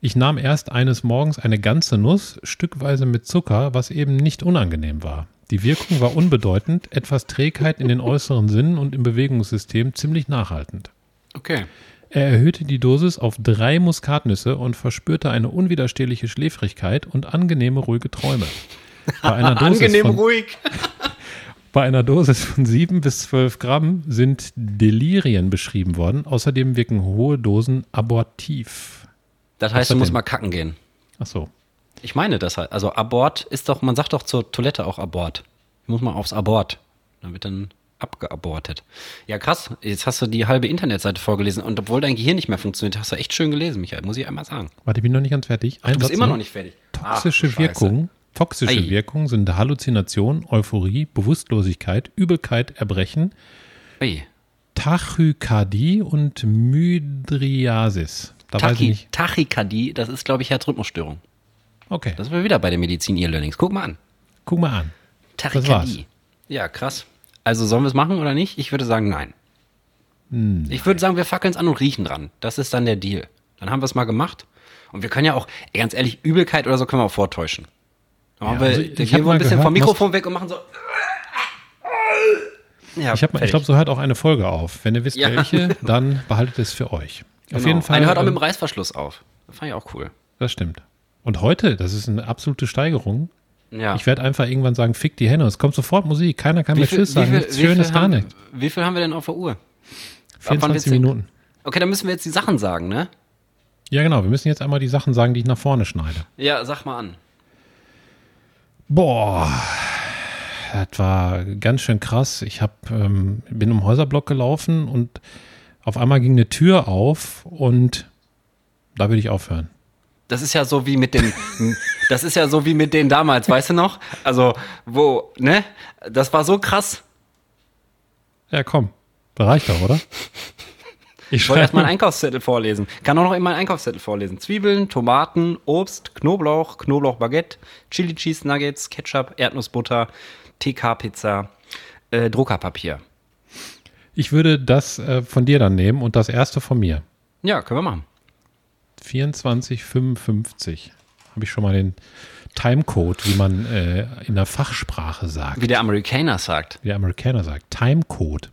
A: Ich nahm erst eines Morgens eine ganze Nuss, stückweise mit Zucker, was eben nicht unangenehm war. Die Wirkung war unbedeutend, etwas Trägheit in den äußeren Sinnen und im Bewegungssystem ziemlich nachhaltend.
B: okay.
A: Er erhöhte die Dosis auf drei Muskatnüsse und verspürte eine unwiderstehliche Schläfrigkeit und angenehme ruhige Träume. Bei
B: *laughs*
A: einer Dosis,
B: Angenehm
A: von,
B: ruhig.
A: bei einer Dosis von 7 bis 12 Gramm sind Delirien beschrieben worden. Außerdem wirken hohe Dosen abortiv.
B: Das heißt, du
A: hat
B: musst
A: denn?
B: mal kacken gehen.
A: Ach so.
B: Ich meine das halt. Also Abort ist doch, man sagt doch zur Toilette auch Abort. Ich muss mal aufs Abort. Dann wird dann abgeabortet. Ja, krass. Jetzt hast du die halbe Internetseite vorgelesen. Und obwohl dein Gehirn nicht mehr funktioniert, hast du echt schön gelesen, Michael. Muss ich einmal sagen.
A: Warte, ich bin noch nicht ganz fertig. Ein
B: Du bist
A: Satz
B: immer noch nicht fertig.
A: Toxische
B: Ach, du Scheiße.
A: Wirkung. Toxische
B: Ei.
A: Wirkung sind Halluzination, Euphorie, Bewusstlosigkeit, Übelkeit, Erbrechen,
B: Ui.
A: Tachykardie und Mydriasis. Da weiß ich
B: Tachy,
A: nicht.
B: Tachykardie, das ist, glaube ich, Herzrhythmusstörung.
A: Okay,
B: Das sind wir wieder bei der Medizin E-Learnings. Guck mal an.
A: guck mal an. war's.
B: Tachykardie. Ja, krass. Also sollen wir es machen oder nicht? Ich würde sagen, nein.
A: Hm.
B: Ich würde sagen, wir fackeln es an und riechen dran. Das ist dann der Deal. Dann haben wir es mal gemacht. Und wir können ja auch, ey, ganz ehrlich, Übelkeit oder so können wir auch vortäuschen. Dann machen wir,
A: also ich
B: dann
A: hab
B: gehen wir
A: mal
B: ein bisschen
A: gehört,
B: vom Mikrofon weg und machen so. Ja,
A: Ich, hab mal- ich
B: fertig.
A: glaube, so hört auch eine Folge auf. Wenn ihr wisst,
B: Ja. *laughs*
A: welche, dann behaltet es für euch. Auf
B: Genau.
A: jeden Fall.
B: Eine hört auch mit dem
A: ähm,
B: Reißverschluss auf. Das fand ich auch cool.
A: das stimmt. Und heute, das ist eine absolute Steigerung.
B: Ja.
A: Ich werde einfach irgendwann sagen, fick die Henne. Es kommt sofort Musik. Keiner kann mir Tschüss sagen. Nichts Schönes, gar
B: haben,
A: nichts.
B: wie viel haben wir denn auf der Uhr? wann wird's
A: 24
B: denn-
A: Minuten.
B: Okay, dann müssen wir jetzt die Sachen sagen, ne?
A: Ja, genau. Wir müssen jetzt einmal die Sachen sagen, die ich nach vorne schneide.
B: Ja, sag mal an.
A: Boah. das war ganz schön krass. Ich hab, ähm, bin um den Häuserblock gelaufen und auf einmal ging eine Tür auf und da würde ich aufhören.
B: Das ist ja so wie mit den, das ist ja so wie mit denen damals, weißt du noch? Also, wo, ne? Das war so krass.
A: Ja, komm. Das reicht doch,
B: *laughs*
A: oder?
B: Ich wollte erst meinen Einkaufszettel vorlesen. Kann auch noch immer einen Einkaufszettel vorlesen. Zwiebeln, Tomaten, Obst, Knoblauch, Knoblauchbaguette, Chili Cheese Nuggets, Ketchup, Erdnussbutter, TK-Pizza, äh, Druckerpapier.
A: Ich würde das äh, von dir dann nehmen und das erste von mir.
B: Ja, können wir machen.
A: 24,55. Habe ich schon mal den Timecode, wie man äh, in der Fachsprache sagt.
B: Wie der Amerikaner sagt.
A: Wie der Amerikaner sagt. Timecode.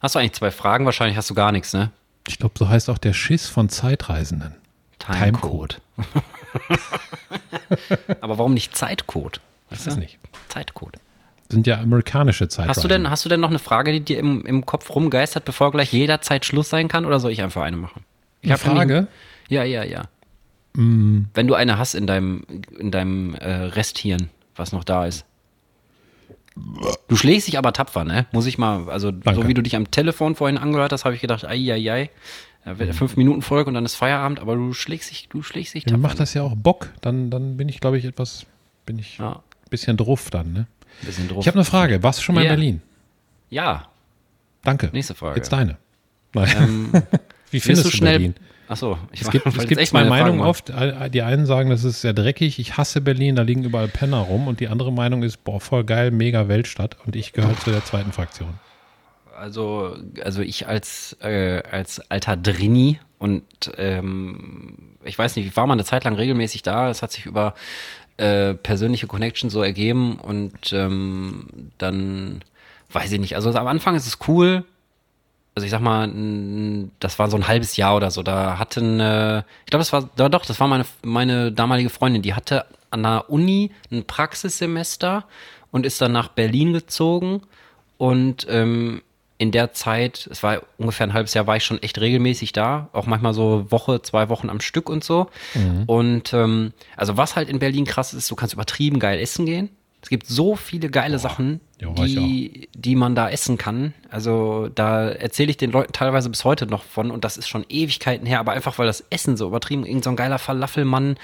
B: Hast du eigentlich zwei Fragen? Wahrscheinlich hast du gar nichts, ne?
A: Ich glaube, so heißt auch der Schiss von Zeitreisenden.
B: Timecode. Aber warum nicht Zeitcode?
A: Weiß es nicht.
B: Zeitcode.
A: Sind ja amerikanische Zeitreisen.
B: Hast du denn, hast du denn noch eine Frage, die dir im, im Kopf rumgeistert, bevor gleich jederzeit Schluss sein kann? Oder soll ich einfach eine machen?
A: Ich
B: hab
A: habe Frage. Mm.
B: Ja, ja, ja. Wenn du eine hast in deinem, in deinem äh, Resthirn, was noch da ist. Du schlägst dich aber tapfer, ne? Muss ich mal, also so
A: Danke.
B: wie du dich am Telefon vorhin angehört hast, habe ich gedacht, ai, ai, ai. Da wird Fünf Minuten Folge und dann ist Feierabend, aber du schlägst dich, du schlägst dich
A: Dann
B: tapfer.
A: macht das ja auch Bock. Dann, dann bin ich, glaube ich, etwas, bin ich ein
B: Ja,
A: bisschen drauf dann. Ne?
B: ein bisschen drauf.
A: Ich habe eine Frage. Warst du schon mal
B: Ja.
A: in Berlin?
B: ja,
A: Danke.
B: Nächste Frage. Ähm,
A: Jetzt deine. Nein. *laughs* Wie findest du Berlin?
B: Achso, ich *laughs*
A: Es gibt,
B: wollte
A: es
B: jetzt
A: gibt
B: echt
A: zwei
B: meine Fragen
A: Meinungen
B: machen.
A: oft. Die einen sagen, das ist sehr dreckig, ich hasse Berlin, da liegen überall Penner rum. Und die andere Meinung ist, boah, voll geil, mega Weltstadt. Und ich gehöre zu der zweiten Fraktion.
B: Also, also ich als, äh, als alter Drini und ähm, ich weiß nicht, ich war mal eine Zeit lang regelmäßig da. Es hat sich über äh, persönliche Connections so ergeben und ähm, dann weiß ich nicht. Also am Anfang ist es cool. Also ich sag mal, n- das war so ein halbes Jahr oder so. Da hatten, äh, ich glaube, das war, da- doch, das war meine, meine damalige Freundin. Die hatte an der Uni ein Praxissemester und ist dann nach Berlin gezogen. Und ähm, in der Zeit, es war ungefähr ein halbes Jahr, war ich schon echt regelmäßig da, auch manchmal so Woche, zwei Wochen am Stück und so.
A: Mhm.
B: Und ähm, also was halt in Berlin krass ist, du kannst übertrieben geil essen gehen. Es gibt so viele geile Sachen,
A: ja, war ich
B: die, die man da essen kann. Also da erzähle ich den Leuten teilweise bis heute noch von und das ist schon Ewigkeiten her, aber einfach weil das Essen so übertrieben, irgend so ein geiler Falafelmann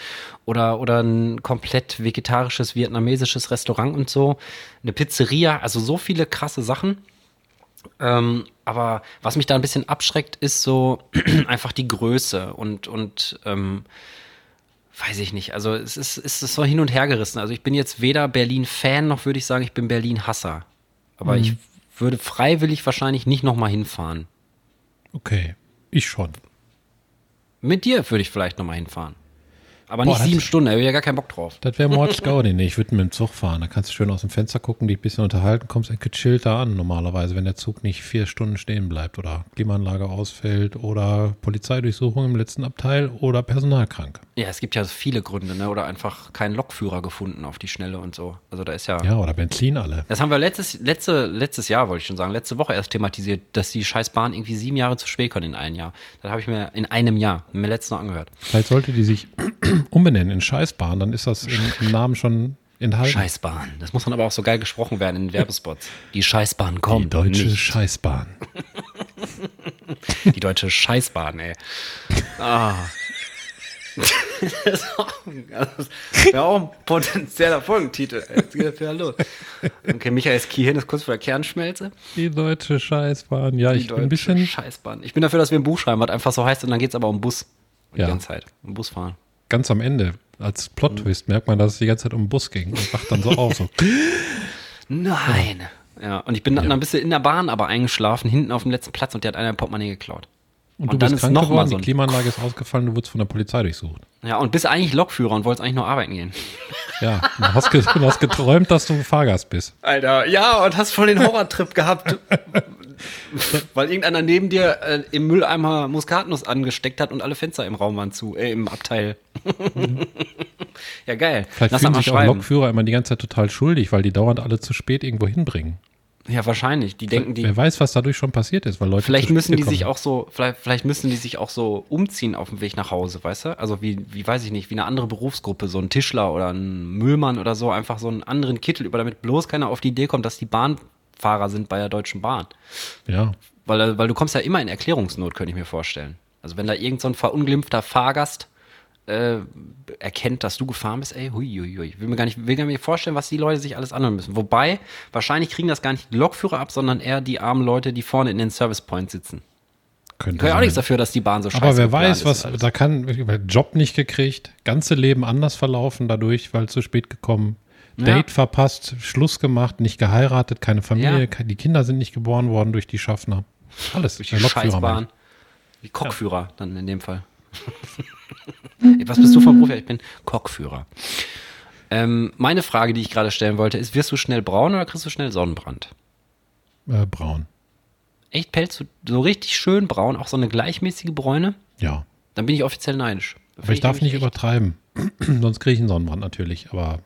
B: oder, oder ein komplett vegetarisches vietnamesisches Restaurant und so, eine Pizzeria, also so viele krasse Sachen. Ähm, aber was mich da ein bisschen abschreckt, ist so *clears throat* einfach die Größe und, und ähm, weiß ich nicht. Also es ist, es ist so hin und her gerissen. Also ich bin jetzt weder Berlin-Fan noch würde ich sagen, ich bin Berlin-Hasser. Aber
A: Mhm.
B: ich würde freiwillig wahrscheinlich nicht nochmal hinfahren.
A: Okay, ich schon.
B: Mit dir würde ich vielleicht nochmal hinfahren. Aber
A: Boah,
B: nicht
A: das-
B: sieben Stunden, da habe ich ja gar keinen Bock drauf.
A: Das wäre
B: *laughs*
A: Mordsgaudi. Nee, ich würde mit dem Zug fahren. Da kannst du schön aus dem Fenster gucken, dich ein bisschen unterhalten, kommst ein gechillter an normalerweise, wenn der Zug nicht vier Stunden stehen bleibt oder Klimaanlage ausfällt oder Polizeidurchsuchung im letzten Abteil oder personalkrank.
B: Ja, es gibt ja so viele Gründe, ne? Oder einfach keinen Lokführer gefunden auf die Schnelle und so. Also da ist ja.
A: Ja, oder Benzin alle.
B: Das haben wir letztes, letzte, letztes Jahr, wollte ich schon sagen, letzte Woche erst thematisiert, dass die scheiß Bahn irgendwie sieben Jahre zu spät kommt in einem Jahr. Das habe ich mir in einem Jahr, mir letztes noch angehört.
A: Vielleicht sollte die sich *clears throat* umbenennen in Scheißbahn, dann ist das im, im Namen schon enthalten.
B: Scheißbahn. Das muss dann aber auch so geil gesprochen werden in den Werbespots. *laughs* Die Scheißbahn kommt.
A: Die deutsche
B: nicht.
A: Scheißbahn.
B: Die deutsche Scheißbahn, ey. *laughs* Ah. Das wäre auch ein potenzieller Folgentitel. ey. Jetzt geht das wieder los. Okay, Michael Kiehin ist kurz vor der Kernschmelze.
A: Die deutsche Scheißbahn. Ja,
B: Die
A: ich bin ein
B: deutsche
A: bisschen
B: Scheißbahn. Ich bin dafür, dass wir ein Buch schreiben, was einfach so heißt, und dann geht es aber um Bus. Die
A: Ja.
B: ganze Zeit. Um Bus fahren.
A: ganz am Ende. Als Plot-Twist merkt man, dass es die ganze Zeit um den Bus ging und wacht dann so auf.
B: *laughs*
A: So.
B: Nein. Ja, und ich bin dann ein bisschen in der Bahn aber eingeschlafen, hinten auf dem letzten Platz, und der hat einer ein Portemonnaie geklaut.
A: Und du
B: dann
A: bist
B: ist
A: krank
B: noch mal
A: geworden,
B: so ein
A: die Klimaanlage ist ausgefallen, du wurdest von der Polizei durchsucht.
B: Ja, und bist eigentlich Lokführer und wolltest eigentlich nur arbeiten gehen.
A: Ja, du hast, ge *laughs* du hast geträumt, dass du Fahrgast bist.
B: Alter, ja, und hast voll den Horrortrip *laughs* gehabt, weil irgendeiner neben dir äh, im Mülleimer Muskatnuss angesteckt hat und alle Fenster im Raum waren zu, äh, im Abteil. *laughs* ja, geil.
A: Vielleicht
B: Lass das
A: fühlen
B: mal
A: sich auch
B: schreiben.
A: Lokführer immer die ganze Zeit total schuldig, weil die dauernd alle zu spät irgendwo hinbringen.
B: Ja, wahrscheinlich. Die denken, die
A: Wer weiß, was dadurch schon passiert ist, weil Leute.
B: vielleicht
A: zu
B: müssen
A: spät
B: die sich
A: kommen.
B: auch so, vielleicht, vielleicht müssen die sich auch so umziehen auf dem Weg nach Hause, weißt du? Also wie, wie weiß ich nicht, wie eine andere Berufsgruppe, so ein Tischler oder ein Müllmann oder so, einfach so einen anderen Kittel über, damit bloß keiner auf die Idee kommt, dass die Bahnfahrer sind bei der Deutschen Bahn.
A: Ja.
B: Weil, weil du kommst ja immer in Erklärungsnot, könnte ich mir vorstellen. Also wenn da irgend so ein verunglimpfter Fahrgast äh, erkennt, dass du gefahren bist, ey, hui, hui, hui. Ich will mir gar nicht, will gar nicht vorstellen, was die Leute sich alles anhören müssen. Wobei, wahrscheinlich kriegen das gar nicht die Lokführer ab, sondern eher die armen Leute, die vorne in den Service Points sitzen. Die
A: Könnte
B: können ja auch
A: sein.
B: nichts dafür, dass die Bahn so scheiße
A: Aber wer
B: geplant
A: weiß,
B: ist Also
A: was,
B: und alles.
A: da kann, Job nicht gekriegt, ganze Leben anders verlaufen dadurch, weil zu spät gekommen, Date verpasst, Schluss gemacht, nicht geheiratet, keine Familie,
B: Ja.
A: ke- die Kinder sind nicht geboren worden durch die Schaffner. Alles,
B: Durch
A: äh,
B: die
A: Lokführer meine
B: Scheißbahn. Die Cockführer dann in dem Fall. *laughs* Ey, was bist du vom Beruf? her? Ich bin Cockführer. Ähm, meine Frage, die ich gerade stellen wollte, ist, wirst du schnell braun oder kriegst du schnell Sonnenbrand?
A: ich. äh, braun.
B: Echt, pellst du so richtig schön braun, auch so eine gleichmäßige Bräune?
A: Ja.
B: Dann bin ich offiziell neidisch.
A: Aber ich darf nicht
B: über.
A: übertreiben. *clears throat* Sonst kriege ich einen Sonnenbrand natürlich. Aber,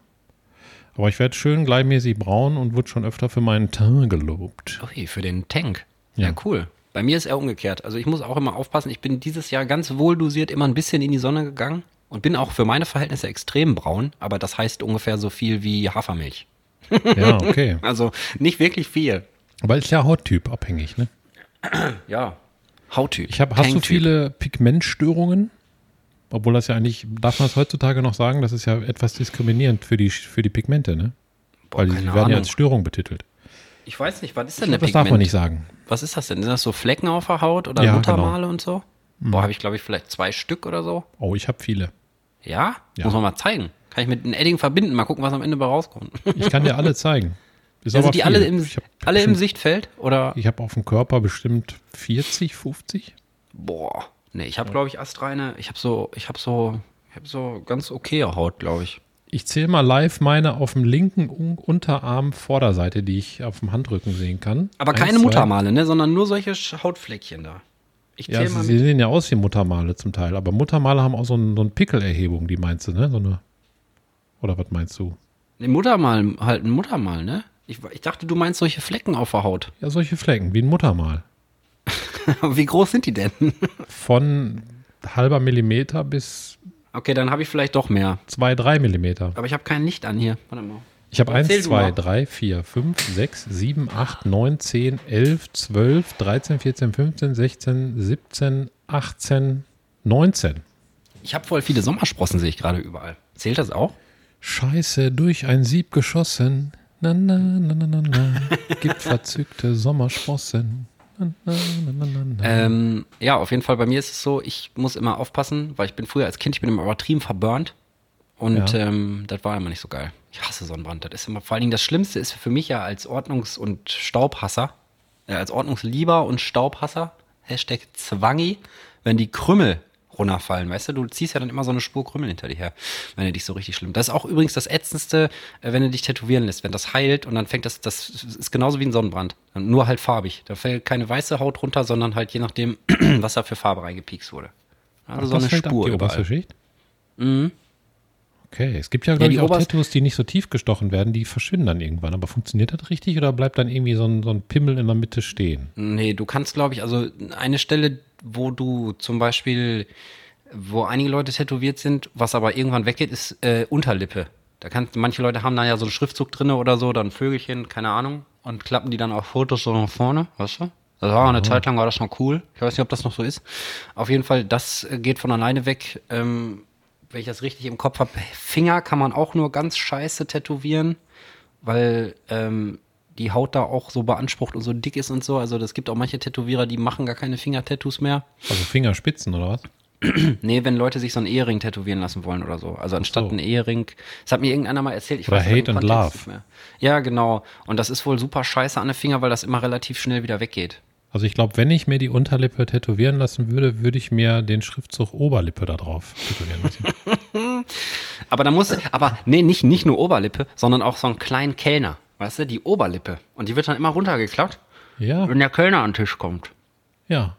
A: aber ich werde schön gleichmäßig braun und wurde schon öfter für meinen Teint gelobt.
B: Ui, für den Tank. Ja.
A: Ja.
B: cool. Bei mir ist er umgekehrt. Also ich muss auch immer aufpassen. Ich bin dieses Jahr ganz wohl dosiert immer ein bisschen in die Sonne gegangen und bin auch für meine Verhältnisse extrem braun, aber das heißt ungefähr so viel wie Hafermilch.
A: Ja,
B: *laughs*
A: okay.
B: Also nicht wirklich viel.
A: Aber ist ja Hauttyp abhängig, ne?
B: Ja. Hauttyp.
A: Ich hab, hast du
B: Tanktyp.
A: viele Pigmentstörungen? Obwohl das ja eigentlich, darf man es heutzutage noch sagen, das ist ja etwas diskriminierend für die, für die Pigmente, ne? Weil die
B: keine
A: werden
B: Ahnung.
A: ja als Störung betitelt.
B: Ich weiß nicht, was ist denn der
A: Das
B: Pigment?
A: darf man nicht sagen.
B: Was ist das denn? Sind das so Flecken auf der Haut oder
A: Ja, genau. Mhm.
B: Muttermale und so? Boah, habe ich glaube ich vielleicht zwei Stück oder so.
A: Oh, ich habe viele.
B: Ja?
A: Ja.
B: Muss man mal zeigen. Kann ich mit einem Edding verbinden, mal gucken, was am Ende bei rauskommt.
A: Ich kann dir
B: *laughs*
A: alle zeigen. Ist
B: Sind
A: aber
B: Also die
A: viel.
B: alle im,
A: ich habe
B: alle im Sichtfeld? Oder?
A: hab auf dem Körper bestimmt 40, 50.
B: Boah. Nee, ich habe, glaube ich, astreine. Ich habe so, ich habe so, ich habe so ganz okaye Haut, glaube ich.
A: Ich zähle mal live meine auf dem linken Un Unterarm Vorderseite, die ich auf dem Handrücken sehen kann.
B: Aber
A: Eins,
B: keine
A: zwei.
B: Muttermale, ne? Sondern nur solche Sch- Hautfleckchen da. Ich
A: Ja,
B: zähl
A: sie,
B: mal
A: sie
B: mit.
A: sehen ja aus wie Muttermale zum Teil, aber Muttermale haben auch so, ein, so eine Pickelerhebung, die meinst du, ne? So eine, oder was meinst du?
B: Nee, Muttermal, halt ein Muttermal, ne? Ich, ich dachte, du meinst solche Flecken auf der Haut. *laughs*
A: Ja, solche Flecken, wie ein Muttermal.
B: Aber Wie groß sind die denn? *laughs*
A: Von halber Millimeter bis
B: Okay, dann habe ich vielleicht doch mehr.
A: zwei, drei Millimeter.
B: Aber ich habe kein Licht an hier. Warte mal.
A: Ich habe eins,
B: Erzähl du
A: zwei,
B: mal.
A: drei, vier, fünf, sechs, sieben, acht, neun, zehn, elf, zwölf, 13, 14, 15, 16, 17, 18, 19.
B: Ich habe voll viele Sommersprossen, sehe ich gerade überall. Zählt das auch?
A: Scheiße, durch ein Sieb geschossen. Na, na, na, na, na, na.
B: *laughs*
A: Gibt verzückte Sommersprossen. Na, na, na, na, na, na.
B: Ähm, ja, auf jeden Fall. Bei mir ist es so, ich muss immer aufpassen, weil ich bin früher als Kind, ich bin immer übertrieben verburnt. Und
A: Ja.
B: ähm, das war immer nicht so geil. Ich hasse Sonnenbrand. Das ist immer, vor allen Dingen das Schlimmste ist für mich ja als Ordnungs- und Staubhasser, äh, als Ordnungslieber und Staubhasser, Hashtag Zwangi, wenn die Krümmel runterfallen, weißt du, du ziehst ja dann immer so eine Spur Krümmel hinter dir her, wenn du dich so richtig schlimm. Das ist auch übrigens das Ätzendste, äh, wenn du dich tätowieren lässt, wenn das heilt und dann fängt das, das ist genauso wie ein Sonnenbrand, nur halt farbig. Da fällt keine weiße Haut runter, sondern halt je nachdem, *clears throat* was da für Farbe reingepiekst wurde. Also so
A: Das
B: eine
A: fällt
B: Spur
A: die oberste
B: überall. Mhm.
A: Schicht? Okay, es gibt ja, glaube
B: die
A: ich, auch
B: oberste-
A: Tattoos, die nicht so tief gestochen werden, die verschwinden dann irgendwann. Aber funktioniert das richtig oder bleibt dann irgendwie so ein, so ein Pimmel in der Mitte stehen?
B: Nee, du kannst, glaube ich, also eine Stelle, wo du zum Beispiel, wo einige Leute tätowiert sind, was aber irgendwann weggeht, ist äh, Unterlippe. Da kannst, manche Leute haben da ja so einen Schriftzug drinne oder so, dann Vögelchen, keine Ahnung, und klappen die dann auf Fotos so nach vorne, weißt du? Das war eine Zeit lang, war das noch cool. Ich weiß nicht, ob das noch so ist. Auf jeden Fall, das äh, geht von alleine weg. Ähm, wenn ich das richtig im Kopf habe, Finger kann man auch nur ganz scheiße tätowieren weil ähm, die Haut da auch so beansprucht und so dick ist und so. Also es gibt auch manche Tätowierer, die machen gar keine Fingertattoos mehr. Hm,
A: Also Fingerspitzen oder was?
B: Nee, wenn Leute sich so einen Ehering tätowieren lassen wollen oder so. Also anstatt
A: so.
B: einen Ehering, das hat mir irgendeiner mal erzählt. Ich
A: Oder
B: aber den
A: Hate and
B: Kontext
A: Love.
B: nicht mehr. Ja, genau. Und das ist wohl super scheiße an den Finger, weil das immer relativ schnell wieder weggeht.
A: Also ich glaube, wenn ich mir die Unterlippe tätowieren lassen würde, würde ich mir den Schriftzug Oberlippe da drauf tätowieren
B: *laughs*
A: lassen.
B: Aber da muss, aber nee, nicht, nicht nur Oberlippe, sondern auch so einen kleinen Kellner. Weißt du, die Oberlippe. Und die wird dann immer runtergeklappt,
A: Ja,
B: wenn der Kellner an den Tisch kommt.
A: ja.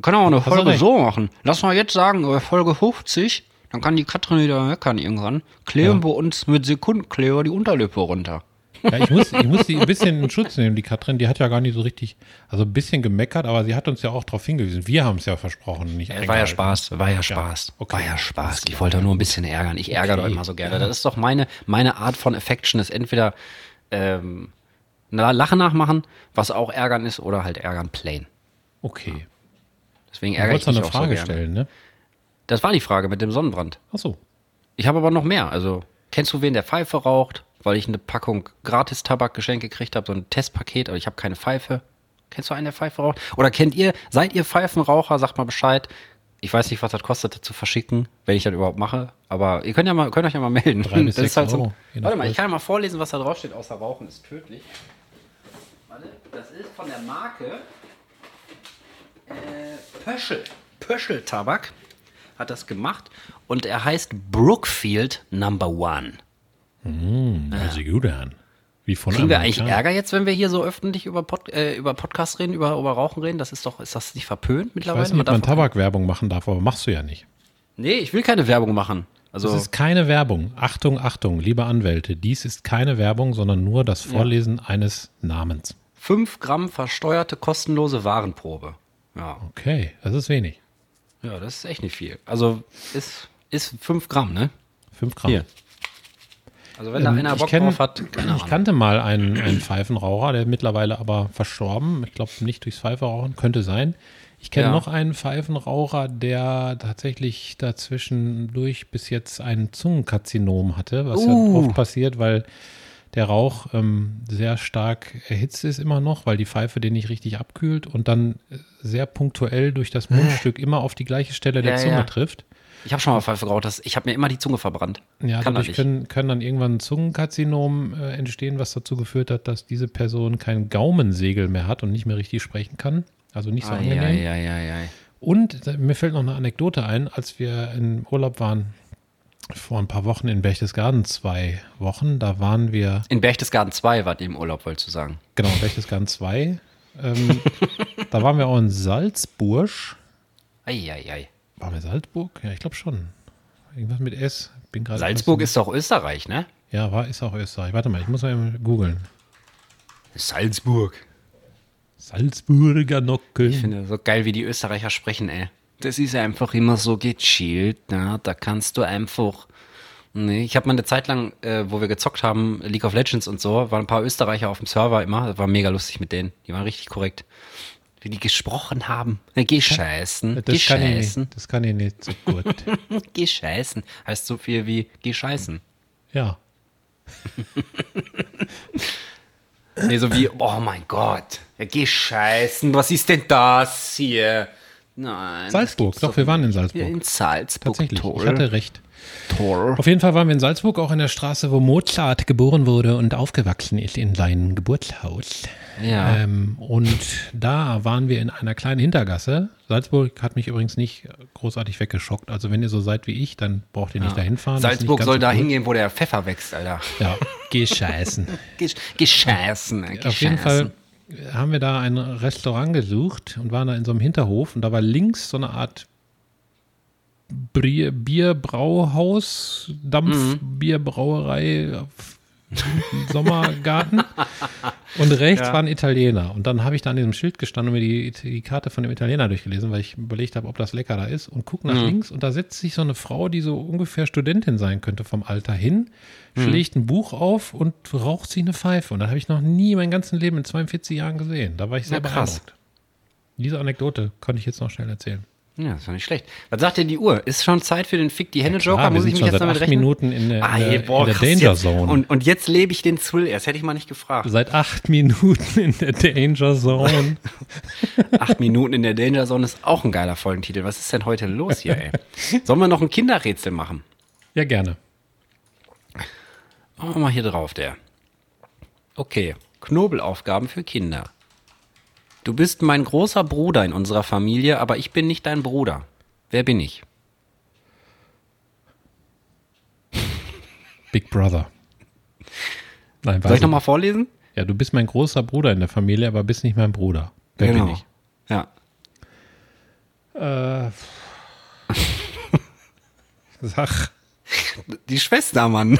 B: Können wir auch eine
A: du
B: Folge
A: recht.
B: so machen. Lass mal jetzt sagen, äh, Folge 50, dann kann die Katrin wieder meckern irgendwann. Kleben wir uns mit Sekundenkleber die Unterlippe runter.
A: Ja, ich muss, ich muss sie ein bisschen in Schutz nehmen, die Katrin. Die hat ja gar nicht so richtig, also ein bisschen gemeckert, aber sie hat uns ja auch darauf hingewiesen. Wir haben es ja versprochen. Nicht
B: War ja
A: eingehalten.
B: Spaß, war ja Spaß.
A: okay.
B: War ja Spaß. Ich wollte nur ein bisschen ärgern. Ich ärgere
A: Okay.
B: euch mal so gerne. Das ist doch meine, meine Art von Affection, ist entweder ähm, na, Lachen nachmachen, was auch ärgern ist, oder halt ärgern plain.
A: Okay.
B: Deswegen
A: Du
B: ärgere ich
A: wolltest doch
B: mich
A: eine
B: auch so
A: Frage
B: gerne.
A: stellen, ne?
B: Das war die Frage mit dem Sonnenbrand.
A: Ach so.
B: Ich habe aber noch mehr. Also, kennst du wen, der Pfeife raucht? Weil ich eine Packung Gratis-Tabak geschenkt gekriegt habe, so ein Testpaket, aber ich habe keine Pfeife. Kennst du einen, der Pfeife raucht? Oder kennt ihr, seid ihr Pfeifenraucher? Sagt mal Bescheid. Ich weiß nicht, was das kostet, das zu verschicken, wenn ich das überhaupt mache. Aber ihr könnt, ja mal, könnt euch ja mal melden.
A: Drei bis
B: Das halt
A: sechs Euro, je nach
B: warte mal, ich
A: Größe.
B: kann ja mal vorlesen, was da draufsteht. Außer Rauchen ist tödlich. Warte, das ist von der Marke äh, Pöschel. Pöschel Tabak hat das gemacht und er heißt Brookfield Number One.
A: Also gut an. Wie von
B: Kriegen wir eigentlich
A: Amerikanern.
B: Ärger jetzt, wenn wir hier so öffentlich über, Pod, äh, über Podcasts reden, über, über Rauchen reden? Das ist doch, ist das nicht verpönt
A: Ich
B: mittlerweile?
A: weiß nicht, ob
B: darf
A: man
B: doch-
A: Tabakwerbung machen darf, aber machst du ja nicht.
B: nee, ich will keine Werbung machen. Also,
A: Das ist keine Werbung. Achtung, Achtung, liebe Anwälte, dies ist keine Werbung, sondern nur das Vorlesen eines Namens.
B: 5 Gramm versteuerte kostenlose Warenprobe. Ja.
A: Okay, das ist wenig.
B: ja, das ist echt nicht viel. Also, ist, ist 5 Gramm, ne?
A: Fünf Gramm.
B: Hier. Also, wenn da
A: Ähm,
B: einer
A: ich
B: Bock
A: kenn-
B: drauf hat, keine
A: Ich
B: Ahnung.
A: kannte mal einen, einen Pfeifenraucher, der mittlerweile aber verstorben. Ich glaube nicht durchs Pfeifenrauchen, könnte sein. Ich kenne
B: Ja.
A: noch einen Pfeifenraucher, der tatsächlich dazwischendurch bis jetzt ein Zungenkarzinom hatte, was ja
B: Uh.
A: oft passiert, weil der Rauch ähm, sehr stark erhitzt ist immer noch, weil die Pfeife den nicht richtig abkühlt und dann äh, sehr punktuell durch das Mundstück immer auf die gleiche Stelle der
B: Ja,
A: Zunge
B: ja.
A: trifft.
B: Ich habe schon mal Pfeife geraucht. Das, ich habe mir immer die Zunge verbrannt.
A: Ja,
B: Kann man
A: dadurch
B: nicht.
A: können, können dann irgendwann Zungenkarzinomen äh, entstehen, was dazu geführt hat, dass diese Person kein Gaumensegel mehr hat und nicht mehr richtig sprechen kann. Also nicht so angenehm.
B: Eieieiei.
A: Und äh, mir fällt noch eine Anekdote ein, als wir im Urlaub waren, vor ein paar Wochen in Berchtesgaden, zwei Wochen, da waren wir
B: In Berchtesgaden 2 wart ihr im Urlaub, wolltest du sagen.
A: Genau, Berchtesgaden 2.
B: *laughs*
A: Ähm, da waren wir auch in Salzburg.
B: Eieiei.
A: Waren wir Salzburg? Ja, ich glaube schon. Irgendwas mit S. Bin gerade
B: Salzburg
A: ein
B: ist doch Österreich, ne?
A: bisschen- Ja, war, ist auch Österreich. Warte mal, ich muss mal eben googeln.
B: Salzburg.
A: Salzburger
B: Ich
A: Nockel.
B: finde so geil, wie die Österreicher sprechen, ey. Das ist einfach immer so gechillt, ne? Da kannst du einfach. Nee, ich habe mal eine Zeit lang, äh, wo wir gezockt haben, League of Legends und so, waren ein paar Österreicher auf dem Server immer. Das war mega lustig mit denen. Die waren richtig korrekt. Wie die gesprochen haben. Ne, gescheißen.
A: Das kann, ich
B: Gescheißen.
A: nicht, das kann ich nicht so
B: *laughs*
A: gut.
B: Gescheißen. Heißt so viel wie gescheißen.
A: Ja.
B: Nee, so wie, oh mein Gott, ja, geh scheißen, was ist denn das hier? Nein.
A: Salzburg. Doch, wir waren in
B: hier
A: Salzburg.
B: in Salzburg.
A: Tatsächlich. Ich
B: Toll.
A: hatte recht.
B: Toll.
A: Auf jeden Fall waren wir in Salzburg, auch in der Straße, wo Mozart geboren wurde und aufgewachsen ist in seinem Geburtshaus.
B: Ja.
A: Ähm, und da waren wir in einer kleinen Hintergasse. Salzburg hat mich übrigens nicht großartig weggeschockt. Also wenn ihr so seid wie ich, dann braucht ihr nicht dahin fahren. Das ist nicht
B: Salzburg
A: ganz
B: soll
A: so
B: da
A: cool.
B: hingehen, wo der Pfeffer wächst, Alter.
A: Ja, geh scheißen.
B: Gesch gescheißen, ja,
A: Auf jeden Fall haben wir da ein Restaurant gesucht und waren da in so einem Hinterhof und da war links so eine Art Brie- Bierbrauhaus, Dampfbierbrauerei, Sommergarten. Und rechts waren Italiener. Und dann habe ich da an diesem Schild gestanden und mir die, die Karte von dem Italiener durchgelesen, weil ich überlegt habe, ob das lecker da ist. Und guck nach
B: Mhm.
A: links und da setzt sich so eine Frau, die so ungefähr Studentin sein könnte vom Alter hin,
B: Mhm.
A: schlägt ein Buch auf und raucht sich eine Pfeife. Und das habe ich noch nie mein ganzen Leben in 42 Jahren gesehen. Da war ich sehr
B: Na, krass.
A: beeindruckt. Diese Anekdote konnte ich jetzt noch schnell erzählen.
B: Ja, ist doch nicht schlecht. Was sagt denn die Uhr? Ist schon Zeit für den Fick die Hände Joker?
A: klar, wir
B: Muss ich
A: sind
B: mich
A: schon
B: jetzt
A: seit
B: damit
A: acht
B: rechnen?
A: Minuten in der- in der- in der
B: krass,
A: Danger
B: jetzt.
A: Zone.
B: Und, und jetzt lebe ich den Thrill erst. Hätte ich mal nicht
A: *laughs*
B: gefragt.
A: Seit acht Minuten in der Danger
B: *laughs*
A: Zone.
B: Acht Minuten in der Danger Zone ist auch ein geiler Folgentitel. Was ist denn heute los
A: *laughs*
B: hier, ey? Sollen wir noch ein Kinderrätsel machen?
A: ja, gerne.
B: Machen wir mal hier drauf, der. Okay, Knobelaufgaben für Kinder. Du bist mein großer Bruder in unserer Familie, aber ich bin nicht dein Bruder. Wer bin ich?
A: Big Brother. Nein,
B: Soll
A: weiß
B: ich nochmal vorlesen?
A: Ja, du bist mein großer Bruder in der Familie, aber bist nicht mein Bruder. Wer bin ich?
B: Genau. Ja.
A: Sag.
B: Die Schwester, Mann.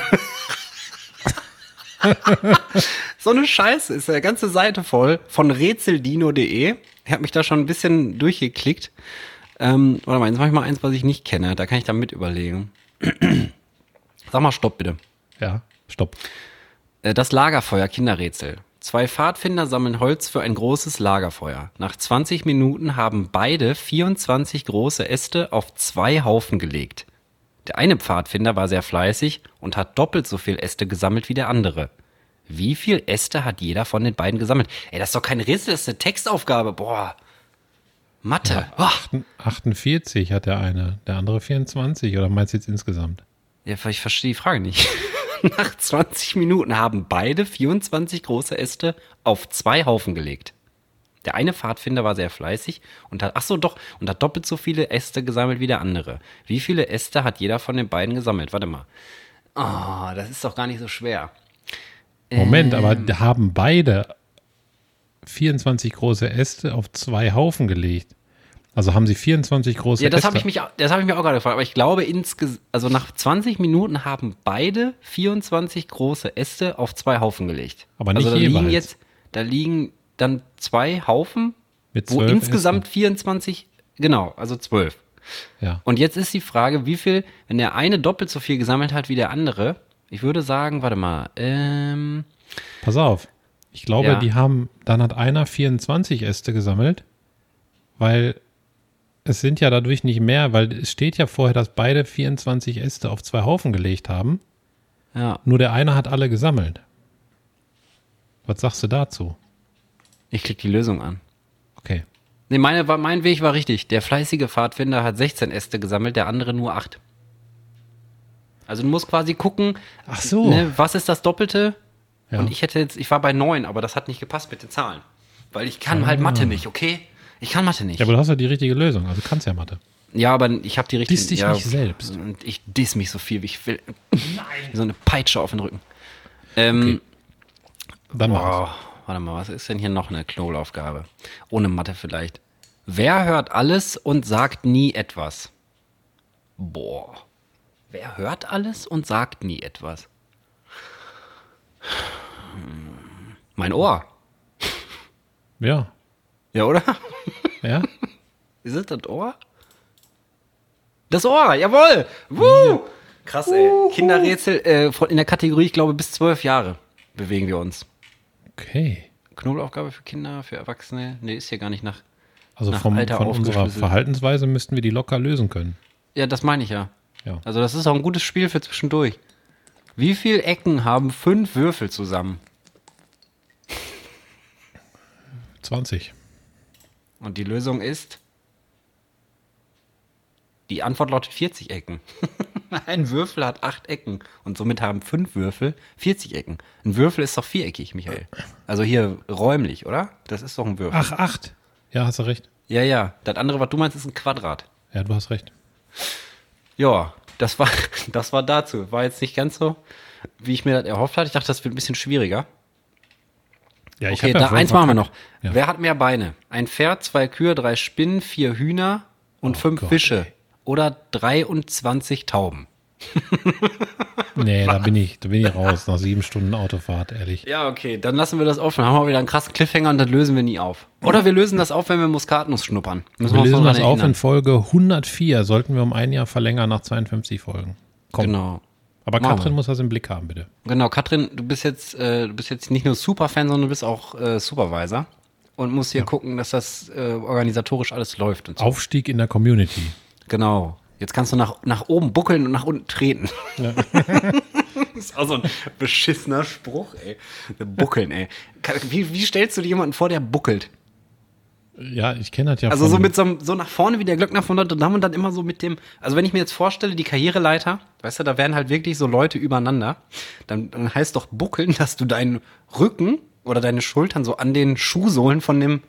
B: *laughs* so eine Scheiße ist eine ganze Seite voll von rätseldino.de. Ich habe mich da schon ein bisschen durchgeklickt. Ähm, oder mal, jetzt mach ich mal eins, was ich nicht kenne. Da kann ich dann mit überlegen. *clears throat* Sag mal Stopp bitte.
A: Ja, stopp.
B: Äh, Das Lagerfeuer Kinderrätsel. Zwei Pfadfinder sammeln Holz für ein großes Lagerfeuer. Nach 20 Minuten haben beide 24 große Äste auf zwei Haufen gelegt. Der eine Pfadfinder war sehr fleißig und hat doppelt so viel Äste gesammelt wie der andere. Wie viel Äste hat jeder von den beiden gesammelt? Ey, das ist doch kein Rätsel, das ist eine Textaufgabe. Boah. Mathe. Boah.
A: 48 hat der eine, der andere 24 oder meinst du jetzt insgesamt?
B: Ja, ich verstehe die Frage nicht. *laughs* Nach 20 Minuten haben beide 24 große Äste auf zwei Haufen gelegt. Der eine Pfadfinder war sehr fleißig und hat, ach so doch, und hat doppelt so viele Äste gesammelt wie der andere. Wie viele Äste hat jeder von den beiden gesammelt? Warte mal. Oh, das ist doch gar nicht so schwer.
A: Moment, aber
B: Ähm.
A: da haben beide 24 große Äste auf zwei Haufen gelegt. Also haben sie 24 große
B: Ja, das
A: Äste.
B: habe ich, mich- das hab ich mir auch gerade gefragt. Aber ich glaube, insges also nach 20 Minuten haben beide 24 große Äste auf zwei Haufen gelegt.
A: Aber nicht
B: also da liegen
A: jeweils.
B: jetzt, da liegen dann zwei Haufen,
A: Mit
B: wo
A: zwölf
B: insgesamt 24, genau, also zwölf.
A: Ja.
B: Und jetzt ist die Frage, wie viel, wenn der eine doppelt so viel gesammelt hat wie der andere, ich würde sagen, warte mal, ähm,
A: Pass auf. Ich glaube,
B: Ja.
A: die haben, dann hat einer 24 Äste gesammelt, weil es sind ja dadurch nicht mehr, weil es steht ja vorher, dass beide 24 Äste auf zwei Haufen gelegt haben.
B: ja,
A: Nur der eine hat alle gesammelt. Was sagst du dazu?
B: ich klicke die Lösung an.
A: Okay.
B: Nee, meine, war- mein Weg war richtig. Der fleißige Pfadfinder hat 16 Äste gesammelt, der andere nur 8. Also du musst quasi gucken,
A: Ach so.
B: ne, was ist das Doppelte?
A: Ja.
B: Und ich hätte jetzt, ich war bei 9, aber das hat nicht gepasst mit den Zahlen. Weil ich kann halt Mathe nicht, okay? Ich kann Mathe nicht.
A: Ah. Ja, aber du hast ja die richtige Lösung, also kannst ja Mathe.
B: Ja, aber ich habe die richtigen.
A: Diss dich
B: ja,
A: nicht selbst.
B: Und ich diss mich so viel, wie ich will. Wie so eine Peitsche auf den Rücken. Ähm,
A: Dann mach
B: oh, warte mal, was ist denn hier noch eine Knobelaufgabe? Ohne Mathe vielleicht. Wer hört alles und sagt nie etwas? Boah. Wer hört alles und sagt nie etwas? Hm, Mein Ohr.
A: es. Ja.
B: Ja, oder?
A: Ja?
B: Ist es das Ohr? Das Ohr, jawohl! Woo! Krass, ey. Kinderrätsel äh, von- in der Kategorie, ich glaube, bis zwölf Jahre bewegen wir uns.
A: Okay.
B: Knobelaufgabe für Kinder, für Erwachsene? Nee, ist hier gar nicht nach.
A: Also
B: Nach
A: vom,
B: Alter
A: von unserer
B: aufgeschlüsselt.
A: Verhaltensweise müssten wir die locker lösen können.
B: Ja, das meine ich ja.
A: Ja.
B: Also, das ist auch ein gutes Spiel für zwischendurch. Wie viele Ecken haben fünf Würfel zusammen?
A: 20.
B: Und die Lösung ist. Die Antwort lautet 40 Ecken. *laughs* Ein Würfel hat acht Ecken und somit haben fünf Würfel 40 Ecken. Ein Würfel ist doch viereckig, Michael. Also hier räumlich, oder? Das ist doch ein Würfel.
A: Ach, 8. Ja, hast du recht.
B: Ja, ja. Das andere, was du meinst, ist ein Quadrat.
A: Ja, du hast recht.
B: Ja, das war, *laughs* das war dazu. War jetzt nicht ganz so, wie ich mir das erhofft hatte. Ich dachte, das wird ein bisschen schwieriger.
A: Ja, ich
B: Okay,
A: hab ja
B: da,
A: vorhin
B: eins machen wir
A: verkackt.
B: noch. Wer hat mehr Beine? Ein Pferd, zwei Kühe, drei Spinnen, vier Hühner und fünf
A: Oh Gott,
B: Fische. Oder 23 Tauben. *laughs*
A: Nee, da bin ich, da bin ich raus, nach sieben Stunden Autofahrt, ehrlich.
B: Ja, okay, dann lassen wir das offen. Dann haben wir wieder einen krassen Cliffhanger und das lösen wir nie auf. Oder wir lösen das auf, wenn wir Muskatnuss schnuppern. Müssen
A: Wir
B: uns
A: lösen
B: noch
A: das
B: dran
A: auf in
B: erinnern.
A: Folge 104. Sollten wir um ein Jahr verlängern nach 52 Folgen. Komm.
B: Genau.
A: Aber
B: Machen
A: Katrin
B: wir.
A: muss das im Blick haben, bitte.
B: Genau, Katrin, du bist jetzt, äh, du bist jetzt nicht nur Superfan, sondern du bist auch äh, Supervisor und musst hier gucken, dass das äh, organisatorisch alles läuft und so.
A: Aufstieg in der Community.
B: Genau. Jetzt kannst du nach, nach oben buckeln und nach unten treten. *laughs* das ist auch so ein beschissener Spruch, ey. Buckeln, ey. Ka- Wie, wie stellst du dir jemanden vor, der buckelt?
A: Ja, ich kenne das ja
B: Also
A: von-
B: so mit so, einem- so nach vorne wie der Glöckner von Notre Dame und dann immer so mit dem, also wenn ich mir jetzt vorstelle, die Karriereleiter, weißt du, da wären halt wirklich so Leute übereinander, dann, dann heißt doch buckeln, dass du deinen Rücken oder deine Schultern so an den Schuhsohlen von dem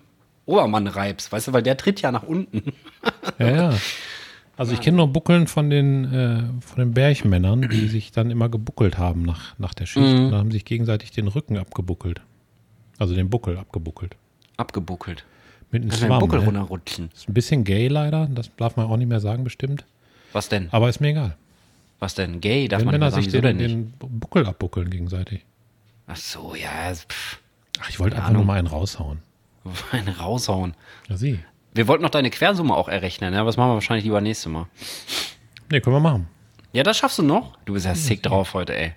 B: Obermann reibst, weißt du, weil der tritt ja nach unten.
A: Ja, ja. Also ich kenne nur Buckeln von den, äh, von den Bergmännern,
B: *clears throat*
A: die sich dann immer gebuckelt haben nach, nach der Schicht.
B: Mhm.
A: Und dann haben sich gegenseitig den Rücken abgebuckelt. Also den Buckel abgebuckelt.
B: Abgebuckelt.
A: Mit einem
B: Kannst du Also den
A: Schwamm.
B: Buckel
A: ne?
B: runterrutschen.
A: Ist ein bisschen gay leider, das darf man auch nicht mehr sagen bestimmt.
B: Was denn?
A: Aber ist mir egal.
B: Was denn? Gay darf
A: Wenn
B: man
A: Männer
B: nicht sagen,
A: sich
B: wieso
A: den,
B: denn nicht?
A: den Buckel abbuckeln gegenseitig.
B: Ach so, ja. Pff,
A: Ach, ich wollte
B: Keine
A: einfach nur
B: Ahnung.
A: mal einen raushauen.
B: *laughs* einen raushauen.
A: Ja, sie.
B: Wir wollten noch deine Quersumme auch errechnen, aber das machen wir wahrscheinlich lieber nächstes Mal.
A: Nee, können wir machen.
B: Ja, das schaffst du noch. Du bist ja sick drauf heute, ey.